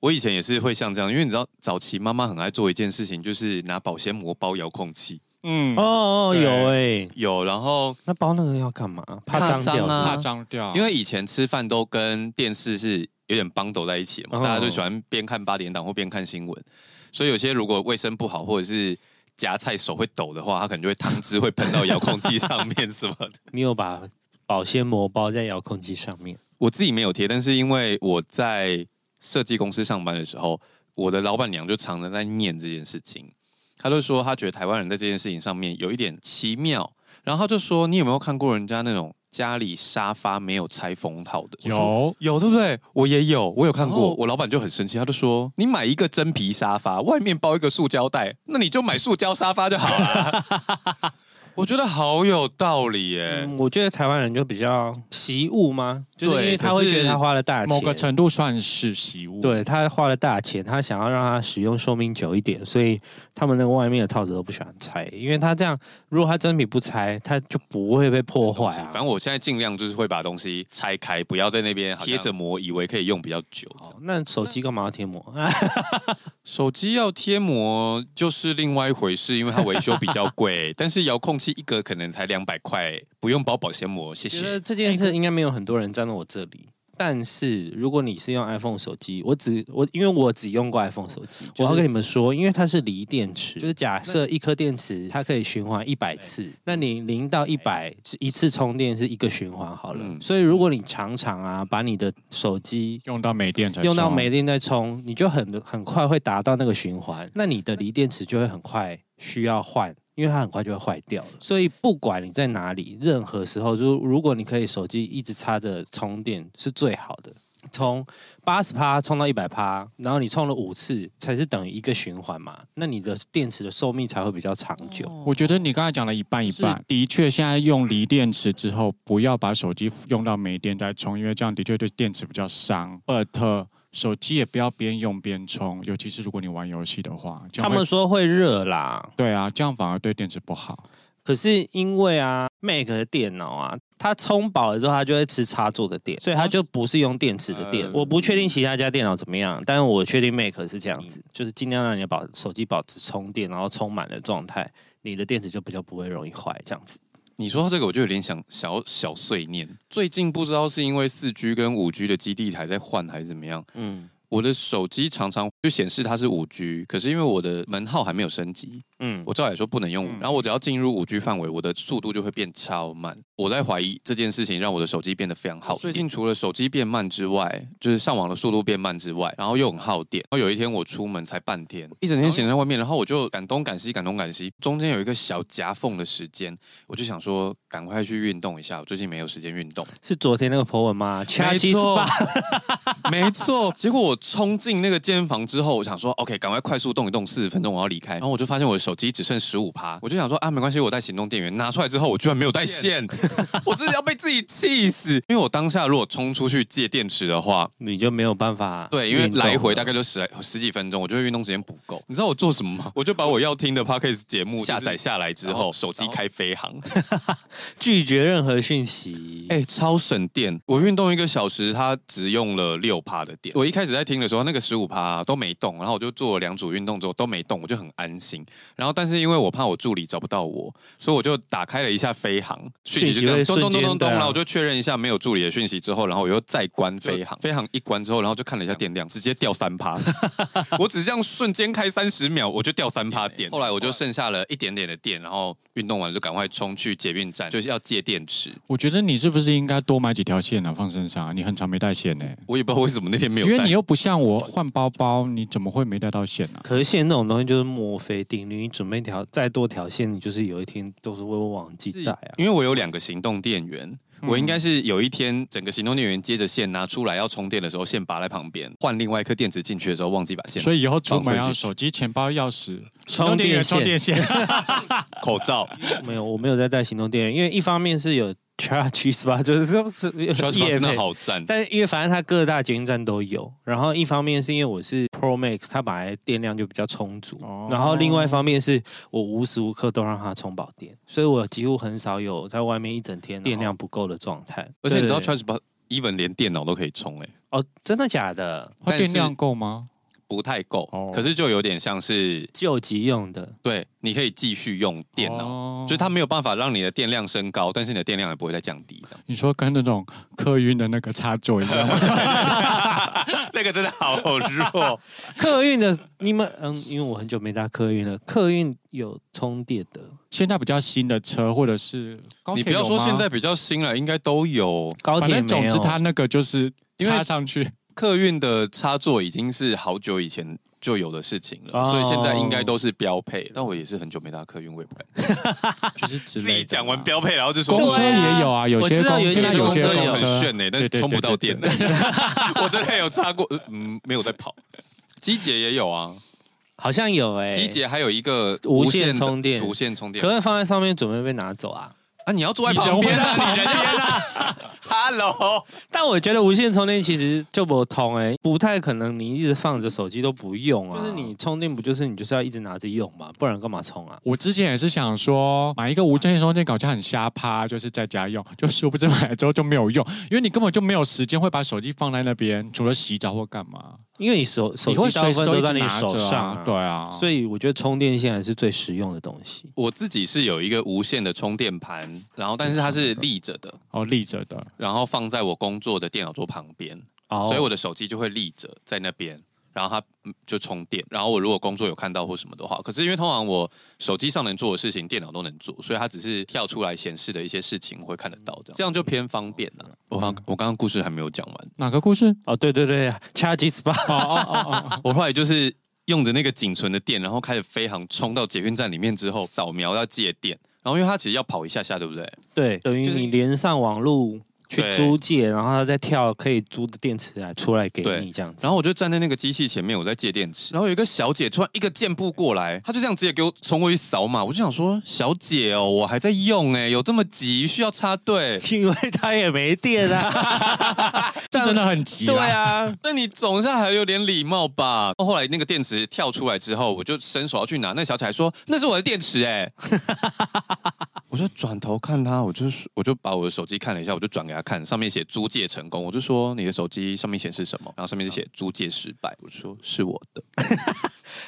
[SPEAKER 2] 我以前也是会像这样，因为你知道早期妈妈很爱做一件事情，就是拿保鲜膜包遥控器，
[SPEAKER 3] 嗯，
[SPEAKER 1] 哦哦
[SPEAKER 3] 对
[SPEAKER 1] 有哎，
[SPEAKER 2] 有，然后
[SPEAKER 1] 那包那个要干嘛？怕
[SPEAKER 2] 怕
[SPEAKER 1] 脏掉
[SPEAKER 2] 脏
[SPEAKER 1] 是不是
[SPEAKER 2] 啊
[SPEAKER 3] 怕脏掉，
[SPEAKER 2] 因为以前吃饭都跟电视是有点帮斗在一起的嘛，
[SPEAKER 1] 哦
[SPEAKER 2] 大家就喜欢边看八点档或边看新闻，所以有些如果卫生不好或者是夹菜手会抖的话，它可能就会汤汁会喷到遥控器上面什么的。
[SPEAKER 1] 你有把保鲜膜包在遥控器上面？
[SPEAKER 2] 我自己没有贴，但是因为我在设计公司上班的时候，我的老板娘就常常在念这件事情。她就说，她觉得台湾人在这件事情上面有一点奇妙。然后她就说，你有没有看过人家那种家里沙发没有拆封套的？我说
[SPEAKER 3] 有
[SPEAKER 2] 有对不对？我也有，我有看
[SPEAKER 1] 哦
[SPEAKER 3] 然
[SPEAKER 2] 过
[SPEAKER 3] 后。
[SPEAKER 2] 我老板就很生气，他就说：“你买一个真 皮沙发，外面包一个塑胶袋，那你就买塑胶沙发就好了。”我觉得好有道理耶。
[SPEAKER 1] 嗯，我觉得台湾人就比较习物吗？就是
[SPEAKER 2] 对
[SPEAKER 1] 因为他
[SPEAKER 2] 可
[SPEAKER 1] 会
[SPEAKER 2] 是
[SPEAKER 1] 觉得他花了大钱，
[SPEAKER 3] 某个程度算是习物。，
[SPEAKER 1] 对他花了大钱，他想要让它使用寿命久一点，所以他们那个外面的套子都不喜欢拆，因为他这样，如果他真品不拆，他就不会被破坏
[SPEAKER 2] 反
[SPEAKER 1] 啊。
[SPEAKER 2] 正我现在尽量就是会把东西拆开，不要在那边贴着膜，以为可以用比较久。
[SPEAKER 1] 好那手机干嘛要贴膜？哎
[SPEAKER 2] 手机要贴膜就是另外一回事，因为它维修比较贵， 但是遥控器一个可能才两百块，不用包保鲜膜，谢
[SPEAKER 1] 觉得
[SPEAKER 2] 谢。
[SPEAKER 1] 这件事应该没有很多人站在我这里。但是如果你是用 iPhone 手机，我只我因为我只用过 iPhone 手机，我要跟你们说，因为它是锂电池，哦就是假设一颗电池它可以循环一百次，那你零到一百一次充电是一个循环好了。
[SPEAKER 2] 嗯
[SPEAKER 1] 所以如果你常常啊把你的手机
[SPEAKER 3] 用到没电才
[SPEAKER 1] 用到
[SPEAKER 3] 充
[SPEAKER 1] 没电再充，你就很很快会达到那个循环，那你的锂电池就会很快需要换。因为它很快就会坏掉了，所以不管你在哪里，任何时候，就如果你可以手机一直插着充电是最好的。从八十趴充到一百趴，然后你充了五次，才是等于一个循环嘛？那你的电池的寿命才会比较长久。
[SPEAKER 3] 我觉得你刚才讲了一半一
[SPEAKER 1] 哦是
[SPEAKER 3] 半，的确，现在用锂电池之后，不要把手机用到没电再充，因为这样的确对电池比较伤。But 呃手机也不要边用边充，尤其是如果你玩游戏的话，这
[SPEAKER 1] 他
[SPEAKER 3] 样会
[SPEAKER 1] 们说会热啦，
[SPEAKER 3] 对啊，这样反而对电池不好。
[SPEAKER 1] 可是因为啊，Mac 的电脑啊，它充饱了之后，它就会吃插座的电，所以它就不是用电池的电。
[SPEAKER 2] 嗯
[SPEAKER 1] 我不确定其他家电脑怎么样，但是我确定 Mac 是这样子，就是尽量让你的保手机保持充电，然后充满的状态，你的电池就比较不会容易坏。这样子，
[SPEAKER 2] 你说到这个，我就有点想小小碎念。最近不知道是因为四 G 跟五 G 的基地台在换还是怎么样，
[SPEAKER 1] 嗯
[SPEAKER 2] 我的手机常常就显示它是五 G，可是因为我的门号还没有升级，
[SPEAKER 1] 嗯，
[SPEAKER 2] 我照理说不能用，然后我只要进入五 G 范围，我的速度就会变超慢。我在怀疑这件事情让我的手机变得非常耗电。哦最近除了手机变慢之外，就是上网的速度变慢之外，然后又很耗电。然后有一天我出门才半天，一整天闲在外面，然后我就赶东赶西，赶东赶西，中间有一个小夹缝的时间，我就想说赶快去运动一下，我最近没有时间运动。
[SPEAKER 1] 是昨天那个 po 文吗？
[SPEAKER 2] 没
[SPEAKER 1] Charge
[SPEAKER 2] 错
[SPEAKER 1] Spa，
[SPEAKER 2] 没错。结果我冲进那个健身房之后，我想说，OK，赶快快速动一动，四十分钟我要离开。然后我就发现我的手机只剩十五趴，我就想说啊，没关系，我带行动电源。拿出来之后，我居然没有带 线，我真的要被自己气死。因为我当下如果冲出去借电池的话，
[SPEAKER 1] 你就没有办法
[SPEAKER 2] 对，因为
[SPEAKER 1] 运动
[SPEAKER 2] 来回
[SPEAKER 1] 了
[SPEAKER 2] 大概就十来十几分钟，我觉得运动时间不够。你知道我做什么吗？我就把我要听的 podcast 节目下载下来之后，手机开飞行，
[SPEAKER 1] 拒绝任何讯息。
[SPEAKER 2] 哎、超省电！我运动一个小时，它只用了六趴的电。我一开始在听的时候，那个十五趴都没动，然后我就做了两组运动之后都没动，我就很安心。然后，但是因为我怕我助理找不到我，所以我就打开了一下飞行讯息，就这样
[SPEAKER 1] 讯息会
[SPEAKER 2] 咚咚
[SPEAKER 1] 瞬
[SPEAKER 2] 咚
[SPEAKER 1] 间
[SPEAKER 2] 咚
[SPEAKER 1] 对
[SPEAKER 2] 咚，
[SPEAKER 1] 啊
[SPEAKER 2] 然后我就确认一下没有助理的讯息之后，然后我又再关飞行。飞行一关之后，然后就看了一下电量，直接掉三 趴。我只这样瞬间开三十秒，我就掉三趴电。后来我就剩下了一点点的电，然后运动完了就赶快冲去捷运站，就是要借电池。
[SPEAKER 3] 我觉得你是不是应该多买几条线啊，放身上、啊？你很常没带线呢、
[SPEAKER 2] 我也不知道为什么那天没有
[SPEAKER 3] 因为
[SPEAKER 2] 带
[SPEAKER 3] 你又不像我换包包，你怎么会没带到线啊？
[SPEAKER 1] 可是线那种东西就是墨菲定律，你准备一条再多条线，你就是有一天都是会忘记带啊。
[SPEAKER 2] 因为我有两个行动电源，
[SPEAKER 3] 嗯
[SPEAKER 2] 我应该是有一天整个行动电源接着线拿出来要充电的时候，线拔在旁边，换另外一颗电池进去的时候忘记把线，
[SPEAKER 3] 所以以后出
[SPEAKER 2] 放回
[SPEAKER 3] 门要
[SPEAKER 2] 去
[SPEAKER 3] 手机、钱包、钥匙、
[SPEAKER 1] 充电
[SPEAKER 3] 源
[SPEAKER 1] 线
[SPEAKER 3] 充电线。
[SPEAKER 2] 口 罩
[SPEAKER 1] 没有，我没有在带行动电源，因为一方面是有 Charge Spa，就是 说是有
[SPEAKER 2] s
[SPEAKER 1] 业
[SPEAKER 2] 真的
[SPEAKER 1] 配，
[SPEAKER 2] 好赞，
[SPEAKER 1] 但因为反正它各大捷运站都有。然后一方面是因为我是 Pro Max，它本来电量就比较充足，
[SPEAKER 3] 哦
[SPEAKER 1] 然后另外一方面是我无时无刻都让它充饱电，所以我几乎很少有在外面一整天电量不够的状态。
[SPEAKER 2] 哦而且你知道
[SPEAKER 1] 对
[SPEAKER 2] Charge Bar even 连电脑都可以充哎、
[SPEAKER 1] 哦，真的假的？
[SPEAKER 3] 它
[SPEAKER 2] 但
[SPEAKER 3] 电
[SPEAKER 2] 是
[SPEAKER 3] 量够吗？
[SPEAKER 2] 不太够
[SPEAKER 3] 哦，
[SPEAKER 2] 可是就有点像是
[SPEAKER 1] 救急用的。
[SPEAKER 2] 对，你可以继续用电脑。
[SPEAKER 3] 哦
[SPEAKER 2] 就是它没有办法让你的电量升高，但是你的电量也不会再降低，这样
[SPEAKER 3] 你说跟那种客运的那个插座一样 吗？
[SPEAKER 2] 那个真的好
[SPEAKER 3] 哦
[SPEAKER 2] 弱。
[SPEAKER 1] 客运的，你们嗯，因为我很久没搭客运了，客运有充电的，
[SPEAKER 3] 现在比较新的车或者是高
[SPEAKER 2] 你
[SPEAKER 3] 铁
[SPEAKER 2] 不要
[SPEAKER 3] 有
[SPEAKER 2] 说
[SPEAKER 3] 吗
[SPEAKER 2] 现在，比较新了，应该都有。
[SPEAKER 1] 高
[SPEAKER 3] 反
[SPEAKER 1] 铁
[SPEAKER 3] 正
[SPEAKER 1] 没
[SPEAKER 3] 总之
[SPEAKER 1] 有。
[SPEAKER 3] 它那个就是
[SPEAKER 2] 因为
[SPEAKER 3] 插 上去，
[SPEAKER 2] 客运的插座已经是好久以前就有的事情了，
[SPEAKER 1] 哦
[SPEAKER 2] 所以现在应该都是标配。但我也是很久没搭客运，我也不敢
[SPEAKER 3] 就是
[SPEAKER 2] 自
[SPEAKER 3] 之类
[SPEAKER 2] 己
[SPEAKER 3] 的嘛
[SPEAKER 2] 讲完标配，然后就说
[SPEAKER 3] 公
[SPEAKER 1] 对
[SPEAKER 3] 车
[SPEAKER 1] 啊
[SPEAKER 3] 也有啊，有
[SPEAKER 1] 我
[SPEAKER 3] 些
[SPEAKER 1] 知道
[SPEAKER 3] 公
[SPEAKER 1] 有一
[SPEAKER 3] 现
[SPEAKER 1] 些
[SPEAKER 3] 在
[SPEAKER 2] 公
[SPEAKER 3] 有些
[SPEAKER 2] 车
[SPEAKER 1] 公
[SPEAKER 2] 也
[SPEAKER 1] 车
[SPEAKER 2] 很炫呢、但
[SPEAKER 3] 对对对
[SPEAKER 2] 充不到
[SPEAKER 3] 对
[SPEAKER 2] 电。 哎我真的有插过，呃嗯，没有在跑。机姐也有啊，
[SPEAKER 1] 好像有哎、
[SPEAKER 2] 机姐还有一个
[SPEAKER 1] 无线
[SPEAKER 2] 的
[SPEAKER 1] 充电
[SPEAKER 2] 无线充电
[SPEAKER 1] 可是放在上面准备被拿走啊。
[SPEAKER 2] 啊！你要坐在旁边啊，你人边啊 ，Hello，
[SPEAKER 1] 但我觉得无线充电其实就不通哎、不太可能你一直放着手机都不用啊。就是你充电不就是你就是要一直拿着用嘛，不然干嘛充啊？
[SPEAKER 3] 我之前也是想说买一个无线充电搞，就很瞎趴，就是在家用， 就殊不知买了之后就没有用，因为你根本就没有时间会把手机放在那边，除了洗澡或干嘛，
[SPEAKER 1] 因为你手手
[SPEAKER 3] 你会
[SPEAKER 1] 机大
[SPEAKER 3] 随
[SPEAKER 1] 部
[SPEAKER 3] 时
[SPEAKER 1] 分
[SPEAKER 3] 都
[SPEAKER 1] 都
[SPEAKER 3] 一
[SPEAKER 1] 在
[SPEAKER 3] 直
[SPEAKER 1] 你
[SPEAKER 3] 拿
[SPEAKER 1] 手
[SPEAKER 3] 着
[SPEAKER 1] 上、
[SPEAKER 3] 啊，对啊，
[SPEAKER 1] 所以我觉得充电线还是最实用的东西。
[SPEAKER 2] 我自己是有一个无线的充电盘，然后但是它是立着的，
[SPEAKER 3] 哦立着的，
[SPEAKER 2] 然后放在我工作的电脑桌旁边，
[SPEAKER 1] 哦
[SPEAKER 2] 所以我的手机就会立着在那边，然后它嗯就充电。然后我如果工作有看到或什么的话，可是因为通常我手机上能做的事情，电脑都能做，所以它只是跳出来显示的一些事情我会看得到，这样这样就偏方便哦了。我刚我刚刚故事还没有讲完，
[SPEAKER 3] 哪个故事？
[SPEAKER 1] 哦，对对对，Charge Spa，
[SPEAKER 3] 哦哦哦哦，
[SPEAKER 2] 我后来就是用着那个仅存的电，然后开始飞航冲到捷运站里面之后，扫描要借电，然后因为它其实要跑一下下，对不对？
[SPEAKER 1] 对，等于
[SPEAKER 2] 就是
[SPEAKER 1] 你连上网路去
[SPEAKER 2] 对
[SPEAKER 1] 租借，然后它再跳可以租的电池来出来给
[SPEAKER 2] 对
[SPEAKER 1] 你这样子。
[SPEAKER 2] 然后我就站在那个机器前面，我在借电池，然后有一个小姐突然一个箭步过来，她就这样直接给我冲过去扫码，我就想说，小姐哦，我还在用哎、有这么急需要插队？
[SPEAKER 1] 因为它也没电啊，
[SPEAKER 3] 这真的很 急
[SPEAKER 1] 对
[SPEAKER 3] 啊。
[SPEAKER 1] 啊，
[SPEAKER 2] 那你总是还有点礼貌吧？后来那个电池跳出来之后，我就伸手要去拿，那小姐还说那是我的电池哎、 我就转头看她，我就说我就把我的手机看了一下，我就转给她看，上面写租借成功，我就说你的手机上面显示什么？然后上面就写租借失败，我说是我的。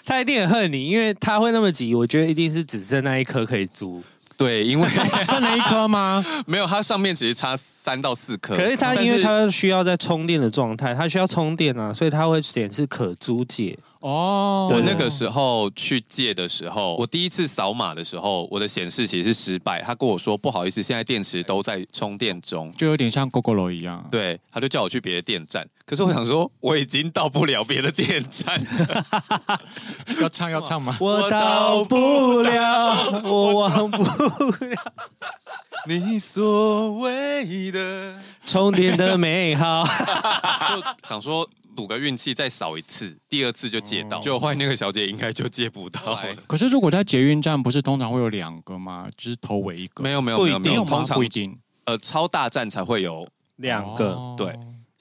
[SPEAKER 1] 他一定很恨你，因为他会那么急，我觉得一定是只剩那一颗可以租。
[SPEAKER 2] 对，因为
[SPEAKER 3] 剩了一 颗吗？
[SPEAKER 2] 没有，它上面其实差三到四
[SPEAKER 1] 嗯
[SPEAKER 2] 颗。
[SPEAKER 1] 可是他
[SPEAKER 2] 但
[SPEAKER 1] 因为他需要在充电的状态，他需要充电啊，所以他会显示可租借。
[SPEAKER 3] 哦，
[SPEAKER 2] 我那个时候去借的时候，我第一次扫码的时候，我的显示其实是失败。他跟我说不好意思，现在电池都在充电中。
[SPEAKER 3] 就有点像 GoGo 楼一样，
[SPEAKER 2] 对，他就叫我去别的电站。可是我想说，我已经到不了别的电站，
[SPEAKER 3] 要唱要唱吗？
[SPEAKER 1] 我到不了， 我忘不
[SPEAKER 2] 你所谓的，
[SPEAKER 1] 充电的美好。
[SPEAKER 2] 就想说。赌个运气，再扫一次，第二次就借到。就换那个小姐应该就借不到了。
[SPEAKER 3] 可是如果在捷运站，不是通常会有两个吗？就是头尾一个，
[SPEAKER 2] 没有没有
[SPEAKER 1] 不
[SPEAKER 2] 没
[SPEAKER 1] 一
[SPEAKER 2] 有
[SPEAKER 1] 定
[SPEAKER 2] 没
[SPEAKER 3] 没
[SPEAKER 2] 有，
[SPEAKER 3] 有吗
[SPEAKER 2] 通常
[SPEAKER 3] 不一定，
[SPEAKER 2] 呃超大站才会有
[SPEAKER 1] 两个，
[SPEAKER 3] 哦
[SPEAKER 2] 对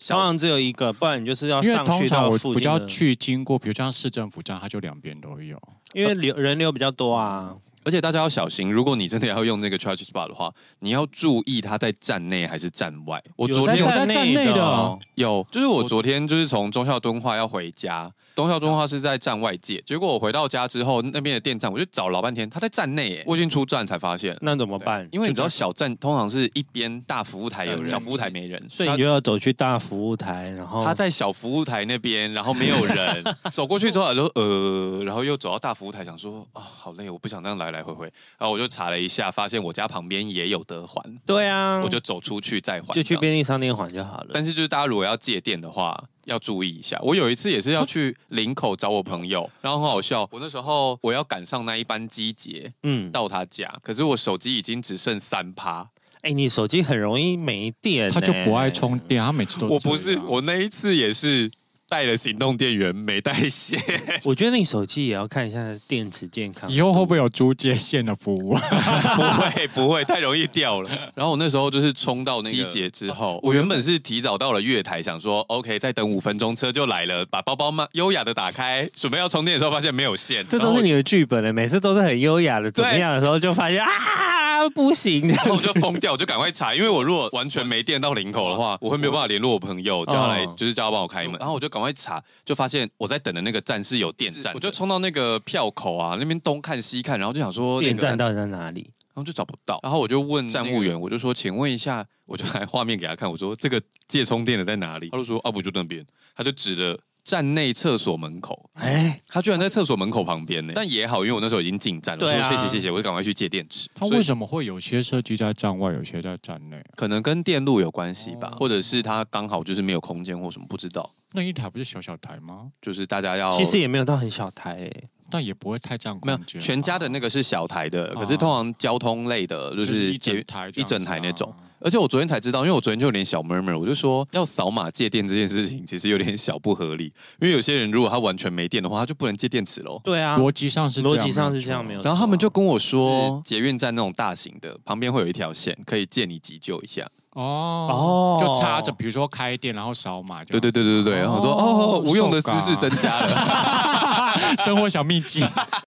[SPEAKER 1] 通常只有一个，不然你就是要
[SPEAKER 3] 因为
[SPEAKER 1] 上
[SPEAKER 3] 通
[SPEAKER 1] 去
[SPEAKER 3] 常
[SPEAKER 1] 到
[SPEAKER 3] 我
[SPEAKER 1] 附
[SPEAKER 3] 比
[SPEAKER 1] 近
[SPEAKER 3] 较
[SPEAKER 1] 的，
[SPEAKER 3] 去经过，比如像市政府站，它就两边都有。
[SPEAKER 1] 因为流人流比较多啊。
[SPEAKER 2] 而且大家要小心，如果你真的要用那个 charge spot 的话，你要注意它在站内还是站外。我昨天
[SPEAKER 3] 有
[SPEAKER 2] 有
[SPEAKER 3] 在站内的
[SPEAKER 1] 哦
[SPEAKER 2] 有就是我昨天就是从忠孝敦化要回家，忠孝敦化是在站外界，结果我回到家之后，那边的电站我就找老半天，它在站内耶，我已经出站才发现。
[SPEAKER 1] 那怎么办？
[SPEAKER 2] 因为你知道小站通常是一边大服务台有人，小服务台没人，
[SPEAKER 1] 所以你就要走去大服务台，然后
[SPEAKER 2] 他在小服务台那边，然后没有人 走过去之后，然后呃，然后又走到大服务台，想说哦，好累，我不想这样来来回回。然后我就查了一下，发现我家旁边也有得还，
[SPEAKER 1] 对啊，
[SPEAKER 2] 我就走出去再还，
[SPEAKER 1] 就去
[SPEAKER 2] 这样。
[SPEAKER 1] 便利商店还就好了。
[SPEAKER 2] 但是就是大家如果要借电的话，要注意一下。我有一次也是要去林口找我朋友，然后很好笑，我那时候我要赶上那一班机节
[SPEAKER 1] 嗯，
[SPEAKER 2] 到他家，可是我手机已经只剩三趴，
[SPEAKER 1] 哎、你手机很容易没电、欸
[SPEAKER 3] 他就不爱充。电，他每次都
[SPEAKER 2] 我不
[SPEAKER 3] 哦这
[SPEAKER 2] 是
[SPEAKER 3] 样
[SPEAKER 2] 我那一次也是带了行动电源没带线。
[SPEAKER 1] 我觉得你手机也要看一下电池健康。
[SPEAKER 3] 以后会不会有租接线的 服务？
[SPEAKER 2] 不会不会，太容易掉了。然后我那时候就是冲到那个机节之后，我原本是提早到了月台，想说 OK，再等五分钟车就来了，把包包慢优雅的打开，准备要充电的时候发现没有线，
[SPEAKER 1] 这都是你的剧本了，欸每次都是很优雅的，怎么样的时候就发现啊不行，
[SPEAKER 2] 然 后我就疯掉，我就赶快查，因为我如果完全没电到领口的话，我会没有办法联络我朋友，叫他来，
[SPEAKER 1] 嗯
[SPEAKER 2] 就是叫他帮我开门。然后我就赶快查，就发现我在等的那个站是有电站的，我就冲到那个票口啊，那边东看西看，然后就想说那个
[SPEAKER 1] 电站到底在哪里？
[SPEAKER 2] 然后就找不到，然后我就问站务员，我就说，请问一下，我就拿画面给他看，我说这个借充电的在哪里？他就说啊，不就那边，他就指着站内厕所门口，
[SPEAKER 1] 哎，
[SPEAKER 2] 他居然在厕所门口旁边呢。但也好，因为我那时候已经进站了，
[SPEAKER 1] 对
[SPEAKER 2] 我
[SPEAKER 1] 啊
[SPEAKER 2] 说谢谢谢谢，我就赶快去借电池。
[SPEAKER 3] 他
[SPEAKER 2] 所
[SPEAKER 3] 为
[SPEAKER 2] 以
[SPEAKER 3] 什么会有些设计在站外，有些在站内？
[SPEAKER 2] 可能跟电路有关系吧，
[SPEAKER 3] 哦
[SPEAKER 2] 或者是他刚好就是没有空间或什么，不知道。
[SPEAKER 3] 那一台不是小小台吗？
[SPEAKER 2] 就是大家要
[SPEAKER 1] 其实也没有到很小台哎、
[SPEAKER 3] 但也不会太占
[SPEAKER 2] 没有
[SPEAKER 3] 空间吧。
[SPEAKER 2] 全家的那个是小台的，
[SPEAKER 3] 啊
[SPEAKER 2] 可是通常交通类的哦就
[SPEAKER 3] 就是一
[SPEAKER 2] 捷
[SPEAKER 3] 整台这
[SPEAKER 2] 一
[SPEAKER 3] 样
[SPEAKER 2] 整
[SPEAKER 3] 子
[SPEAKER 2] 台那
[SPEAKER 3] 啊
[SPEAKER 2] 种。而且我昨天才知道，因为我昨天就有点小 murmur，我就说要扫码借电这件事情其实有点小不合理，因为有些人如果他完全没电的话，他就不能借电池喽。
[SPEAKER 1] 对啊，
[SPEAKER 3] 逻辑上是这样
[SPEAKER 1] 逻辑上是这样没有
[SPEAKER 3] 错
[SPEAKER 1] 错啊
[SPEAKER 2] 然后他们就跟我说，嗯捷运站那种大型的旁边会有一条线可以借你急救一下。
[SPEAKER 3] 哦
[SPEAKER 1] 哦
[SPEAKER 3] 就插着，比如说开店然后扫码，
[SPEAKER 2] 对对，对对对对，然后我说
[SPEAKER 3] 哦
[SPEAKER 2] 哦，无用的
[SPEAKER 3] 受
[SPEAKER 2] 知
[SPEAKER 3] 嘎
[SPEAKER 2] 识增加 了。
[SPEAKER 3] 生活小秘籍，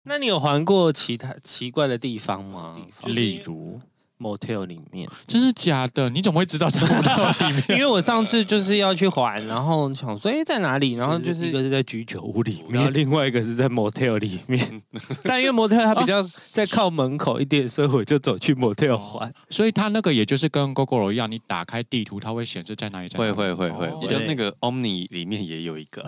[SPEAKER 1] 那你有环过其他奇怪的地方吗？
[SPEAKER 3] 例如，
[SPEAKER 1] motel 里面，
[SPEAKER 3] 真是假的？你怎么会知道在我的里面？
[SPEAKER 1] 因为我上次就是要去环，然后想说，哎、在哪里？然后就是一个是在居酒屋里面，然后另外一个是在 motel 里 面。但因为 motel 它比较在靠门口一点，所以我就走去 motel 环。
[SPEAKER 3] 所以它那个也就是跟 g o g o 一样，你打开地图，它会显示在哪里。在哪
[SPEAKER 2] 会
[SPEAKER 3] 里
[SPEAKER 2] 会会会
[SPEAKER 3] 哦，
[SPEAKER 2] 你就那个 Omni 里面也有一个，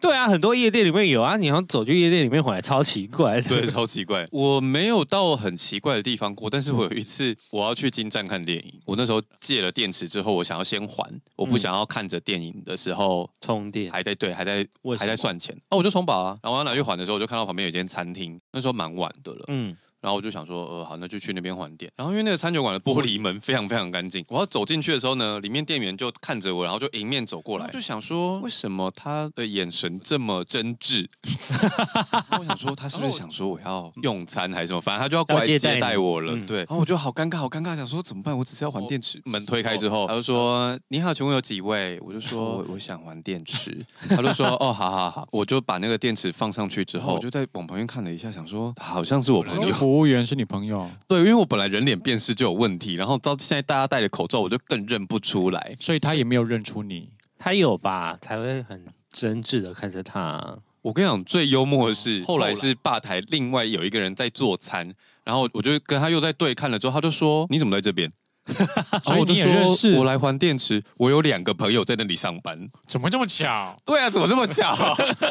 [SPEAKER 1] 对啊，很多夜店里面有啊，你要走去夜店里面回来，超奇怪的。
[SPEAKER 2] 对，超奇怪。 我没有到很奇怪的地方过，但是我有一次我要去金站看电影，我那时候借了电池之后，我想要先还，我不
[SPEAKER 1] 嗯
[SPEAKER 2] 想要看着电影的时候
[SPEAKER 1] 充电，
[SPEAKER 2] 还在对还在
[SPEAKER 1] 为什
[SPEAKER 2] 还
[SPEAKER 1] 么
[SPEAKER 2] 在算钱，哦，我就充饱啊。然后我要拿去还的时候，我就看到旁边有一间餐厅，那时候蛮晚的了。
[SPEAKER 1] 嗯，
[SPEAKER 2] 然后我就想说，呃，好，那就去那边还店。然后因为那个餐酒馆的玻璃门非常非常干净，我要走进去的时候呢，里面店员就看着我，然后就迎面走过来，就想说，为什么他的眼神这么真挚？ 然后我想说，他是不是想说我要用餐还是什么？反正他就要过来
[SPEAKER 1] 要接
[SPEAKER 2] 接
[SPEAKER 1] 待你
[SPEAKER 2] 待我了。
[SPEAKER 1] 嗯
[SPEAKER 2] 对，然后我就好尴尬，好尴尬，想说怎么办？我只是要还电池。门推开之后，他就说：“你好，请问有几位？”我就说：“我我想还电池。”他就说：“哦，好好好。”我就把那个电池放上去之后，我就在往旁边看了一下，想说好像是我朋
[SPEAKER 3] 那
[SPEAKER 2] 友
[SPEAKER 3] 个。服务员是你朋友，
[SPEAKER 2] 对，因为我本来人脸辨识就有问题，然后到现在大家戴了口罩，我就更认不出来。
[SPEAKER 3] 所以他也没有认出你。
[SPEAKER 1] 他有吧，才会很真挚的看着他、
[SPEAKER 2] 我跟你讲，最幽默的是，
[SPEAKER 1] 后
[SPEAKER 2] 哦后
[SPEAKER 1] 来
[SPEAKER 2] 来是吧台另外有一个人在做餐，然后我就跟他又在对看了之后，他就说：“你怎么在这边？” 然
[SPEAKER 3] 所
[SPEAKER 2] 后
[SPEAKER 3] 以
[SPEAKER 2] 哦我就
[SPEAKER 3] 你也认识
[SPEAKER 2] 说：“我来还电池，我有两个朋友在那里上班。
[SPEAKER 3] 怎么这么巧”？
[SPEAKER 2] 对啊，怎么这么 巧？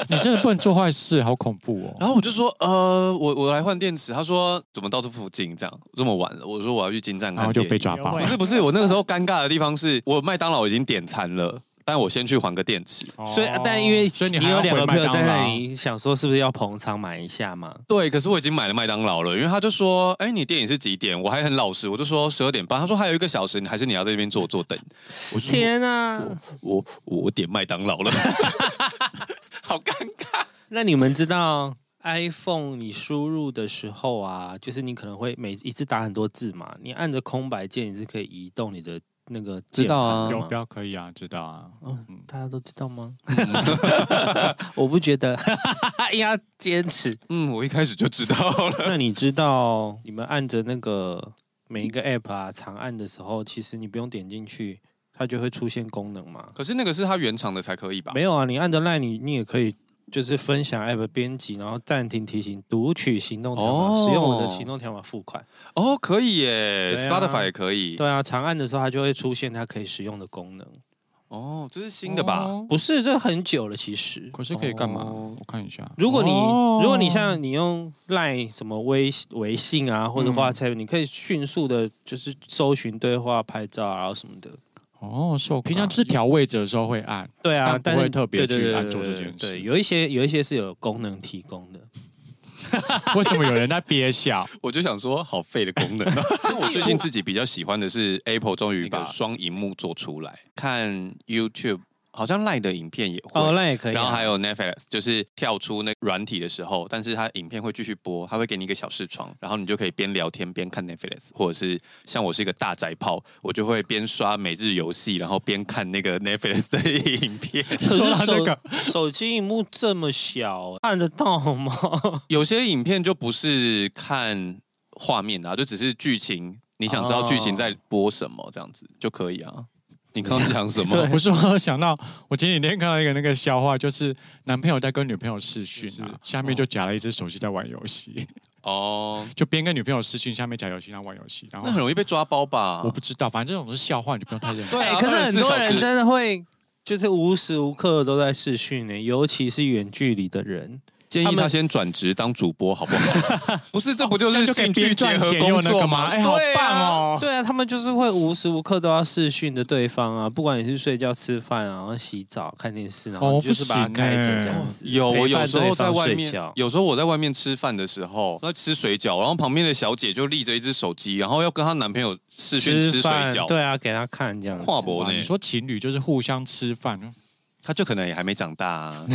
[SPEAKER 3] 你真的不能做坏事，好恐怖哦！
[SPEAKER 2] 然后我就说：“呃，我我来换电池。”他说：“怎么到这附近这样这么晚了？”我说：“我要去金站
[SPEAKER 3] 然
[SPEAKER 2] 看
[SPEAKER 3] 后
[SPEAKER 2] 电
[SPEAKER 3] 就
[SPEAKER 2] 影。”
[SPEAKER 3] 被抓包
[SPEAKER 2] 不。
[SPEAKER 1] 啊
[SPEAKER 2] 是不是，我那个时候尴尬的地方是我麦当劳已经点餐了，但我先去还个电池。
[SPEAKER 3] 哦
[SPEAKER 1] 所以，但因为
[SPEAKER 3] 所以你
[SPEAKER 1] 你
[SPEAKER 3] 还要
[SPEAKER 1] 有两个
[SPEAKER 3] 回
[SPEAKER 1] 朋
[SPEAKER 3] 麦
[SPEAKER 1] 友在
[SPEAKER 3] 当
[SPEAKER 1] 那
[SPEAKER 3] 劳
[SPEAKER 1] 里，想说是不是要捧场买一下嘛？
[SPEAKER 2] 对，可是我已经买了麦当劳了，因为他就说，哎，你电影是几点？我还很老实，我就说十二点半。他说还有一个小时，你还是你要在这边坐坐等。 我说
[SPEAKER 1] 天啊！
[SPEAKER 2] 我我我点麦当 劳了，好尴尬。
[SPEAKER 1] 那你们知道 iPhone 你输入的时候啊，就是你可能会每一次打很多字嘛，你按着空白键你是可以移动你的那个键
[SPEAKER 2] 知道啊
[SPEAKER 1] 盘的
[SPEAKER 3] 有
[SPEAKER 1] 吗
[SPEAKER 3] 标可以啊，知道啊。
[SPEAKER 1] 嗯，大家都知道吗？ 我不觉得， 硬要坚持。
[SPEAKER 2] 嗯，我一开始就知道了。
[SPEAKER 1] 那你知道你们按着那个每一个 App 啊，长按的时候，其实你不用点进去，它就会出现功能吗？
[SPEAKER 2] 可是那个是他原厂的才可以吧？
[SPEAKER 1] 没有啊，你按着 Line 你你也可以。就是分享 app 编辑，然后暂停提醒，读取行动条码，使用我的
[SPEAKER 2] 哦
[SPEAKER 1] 行动条码付款。
[SPEAKER 2] 哦，可以耶、
[SPEAKER 1] 对
[SPEAKER 2] s
[SPEAKER 1] 啊
[SPEAKER 2] p o t i f y 也可以。
[SPEAKER 1] 对啊，长按的时候它就会出现它可以使用的功能。
[SPEAKER 2] 哦，这是新的吧？
[SPEAKER 3] 哦
[SPEAKER 1] 不是，这很久了其实。
[SPEAKER 3] 可是可以干嘛？
[SPEAKER 2] 哦
[SPEAKER 3] 我看一下。
[SPEAKER 1] 如果你、
[SPEAKER 3] 哦
[SPEAKER 1] 如果你像你用赖什么微微信啊，或者
[SPEAKER 3] 嗯
[SPEAKER 1] 花菜、你可以迅速的，就是搜寻对话、拍照啊，然后什么的。
[SPEAKER 3] 哦，是我平常就是调位置的时候会 按，
[SPEAKER 1] 对啊，
[SPEAKER 3] 但
[SPEAKER 1] 但
[SPEAKER 3] 不会
[SPEAKER 1] 是
[SPEAKER 3] 特
[SPEAKER 1] 对
[SPEAKER 3] 别
[SPEAKER 1] 对
[SPEAKER 3] 去
[SPEAKER 1] 对
[SPEAKER 3] 按
[SPEAKER 1] 对
[SPEAKER 3] 做这
[SPEAKER 1] 对
[SPEAKER 3] 件
[SPEAKER 1] 对，
[SPEAKER 3] 事
[SPEAKER 1] 有一些有一些是有功能提供的。
[SPEAKER 3] 为什么有人在憋 笑？
[SPEAKER 2] 我就想说，好废的功能、 但我最近自己比较喜欢的是 Apple 终于把双荧幕做出来，看 YouTube 好像 Line 的影片也会。
[SPEAKER 1] 哦，那也可以、啊。
[SPEAKER 2] 然后还有 Netflix，就是跳出那个软体的时候，但是它影片会继续播，它会给你一个小视窗，然后你就可以边聊天边看 Netflix，或者是像我是一个大宅炮，我就会边刷每日游戏，然后边看那个 Netflix 的影片。
[SPEAKER 1] 可
[SPEAKER 3] 说到
[SPEAKER 1] 是手、
[SPEAKER 3] 这个
[SPEAKER 1] 手机荧幕这么小，看得到吗？
[SPEAKER 2] 有些影片就不是看画面的、啊，就只是剧情，你想知道剧情在
[SPEAKER 1] 哦
[SPEAKER 2] 播什么这样子就可以啊。你刚刚 讲什么？
[SPEAKER 3] 不是我想到，我前几天看到一个那个笑话，就是男朋友在跟女朋友视讯啊，下面就夹了一只手机在玩游戏，
[SPEAKER 2] 哦，
[SPEAKER 3] 就边跟女朋友视讯，下面夹游戏，然后玩游戏，然
[SPEAKER 2] 那很
[SPEAKER 3] 后
[SPEAKER 2] 容易被抓包吧？
[SPEAKER 3] 我不知道，反正这种是笑话，你不用太认真。
[SPEAKER 2] 对啊
[SPEAKER 1] 哎可是很多
[SPEAKER 2] 24小
[SPEAKER 1] 人
[SPEAKER 2] 时
[SPEAKER 1] 真欸的会，就是无时无刻都在试训呢，尤其是远距离的人。
[SPEAKER 2] 建议
[SPEAKER 1] 他
[SPEAKER 2] 他
[SPEAKER 1] 们
[SPEAKER 2] 先转职当主播好不好？ 不是，这不就
[SPEAKER 3] 哦这样
[SPEAKER 2] 是
[SPEAKER 3] 就可以
[SPEAKER 2] 兴
[SPEAKER 3] 边
[SPEAKER 2] 趣结
[SPEAKER 3] 赚
[SPEAKER 2] 合
[SPEAKER 3] 钱又
[SPEAKER 2] 工
[SPEAKER 3] 那个
[SPEAKER 2] 作
[SPEAKER 3] 吗？
[SPEAKER 2] 吗？
[SPEAKER 3] 哎，好
[SPEAKER 2] 对啊
[SPEAKER 3] 棒！哦！
[SPEAKER 1] 对啊，他们就是会无时无刻都要视讯的对方啊，不管你是睡觉、吃饭啊，然后洗澡、看电视，然后
[SPEAKER 3] 哦
[SPEAKER 1] 你就是把它
[SPEAKER 3] 不行
[SPEAKER 1] 开着
[SPEAKER 3] 欸
[SPEAKER 1] 这样子。
[SPEAKER 2] 有，我
[SPEAKER 1] 陪伴
[SPEAKER 2] 有时候
[SPEAKER 1] 对
[SPEAKER 2] 在
[SPEAKER 1] 方
[SPEAKER 2] 外
[SPEAKER 1] 睡
[SPEAKER 2] 面
[SPEAKER 1] 觉，
[SPEAKER 2] 有时候我在外面吃饭的时候，在吃水饺，然后旁边的小姐就立着一只手机，然后要跟她男朋友视讯吃水
[SPEAKER 1] 饭
[SPEAKER 2] 饺，
[SPEAKER 1] 对啊，给他看这样子。
[SPEAKER 2] 跨博
[SPEAKER 3] 哇
[SPEAKER 2] 呢
[SPEAKER 3] 你？说情侣就是互相吃饭，
[SPEAKER 2] 她就可能也还没长大 啊。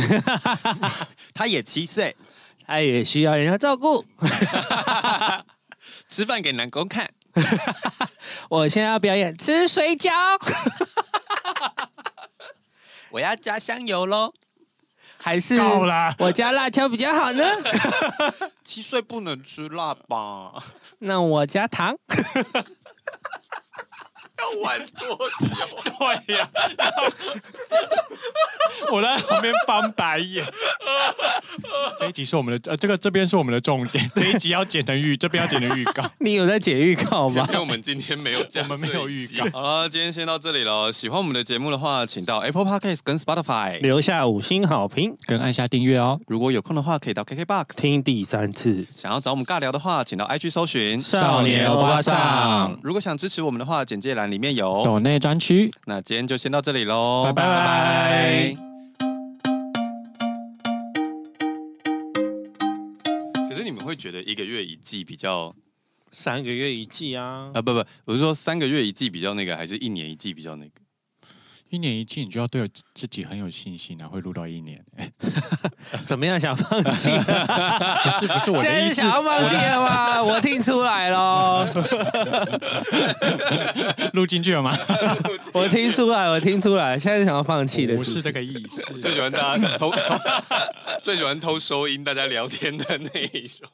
[SPEAKER 2] 她也七岁，
[SPEAKER 1] 他哎也需要人家照顾。
[SPEAKER 2] 吃饭给南宫看。
[SPEAKER 1] 我现在要表演吃水饺，
[SPEAKER 2] 我要加香油喽！
[SPEAKER 1] 还是
[SPEAKER 3] 够了
[SPEAKER 1] 我加辣椒比较好呢？
[SPEAKER 2] 七岁不能吃辣吧？
[SPEAKER 1] 那我加糖。
[SPEAKER 2] 要玩多 久？
[SPEAKER 3] 对呀、我在旁边翻白眼。 这一集是我们的，呃，这个这边是我们的重 点，这一集要剪成预，这边要剪成预告。
[SPEAKER 1] 你有在解预告吗
[SPEAKER 2] 因？为我们今天没有加，
[SPEAKER 3] 我们没有预告。
[SPEAKER 2] 好了，今天先到这里了。喜欢我们的节目的话，请到 Apple Podcast 跟 Spotify。
[SPEAKER 1] 留下五星好评，
[SPEAKER 3] 跟按下订阅哦。
[SPEAKER 2] 如果有空的话，可以到 KKBox。
[SPEAKER 1] 听第三次。
[SPEAKER 2] 想要找我们尬聊的话，请到 IG 搜寻
[SPEAKER 1] 少年欧巴桑。
[SPEAKER 2] 如果想支持我们的话，简介栏里面有。
[SPEAKER 3] 抖内专区。
[SPEAKER 2] 那今天就先到这里喽，
[SPEAKER 3] 拜拜
[SPEAKER 2] 可是你们会觉得一个月一季比较
[SPEAKER 1] 三个月一季啊，
[SPEAKER 2] 啊不不，我是说三个月一季比较那个，还是一年一季比较那个？
[SPEAKER 3] 一年一季，你就要对自己很有信心啊，会录到一 年。
[SPEAKER 1] 怎么样？想放 弃？
[SPEAKER 3] 不是不是我
[SPEAKER 1] 现
[SPEAKER 3] 的
[SPEAKER 1] 在
[SPEAKER 3] 意
[SPEAKER 1] 是
[SPEAKER 3] 思
[SPEAKER 1] 想，要放弃了 吗？我听出来喽，
[SPEAKER 3] 录进去了 吗？
[SPEAKER 1] 我听出来，我听出来，现在是想要放弃的
[SPEAKER 3] 不是
[SPEAKER 1] 这
[SPEAKER 3] 这个意 思。
[SPEAKER 2] 最喜欢大家偷偷，最喜欢偷收音大家聊天的那一种。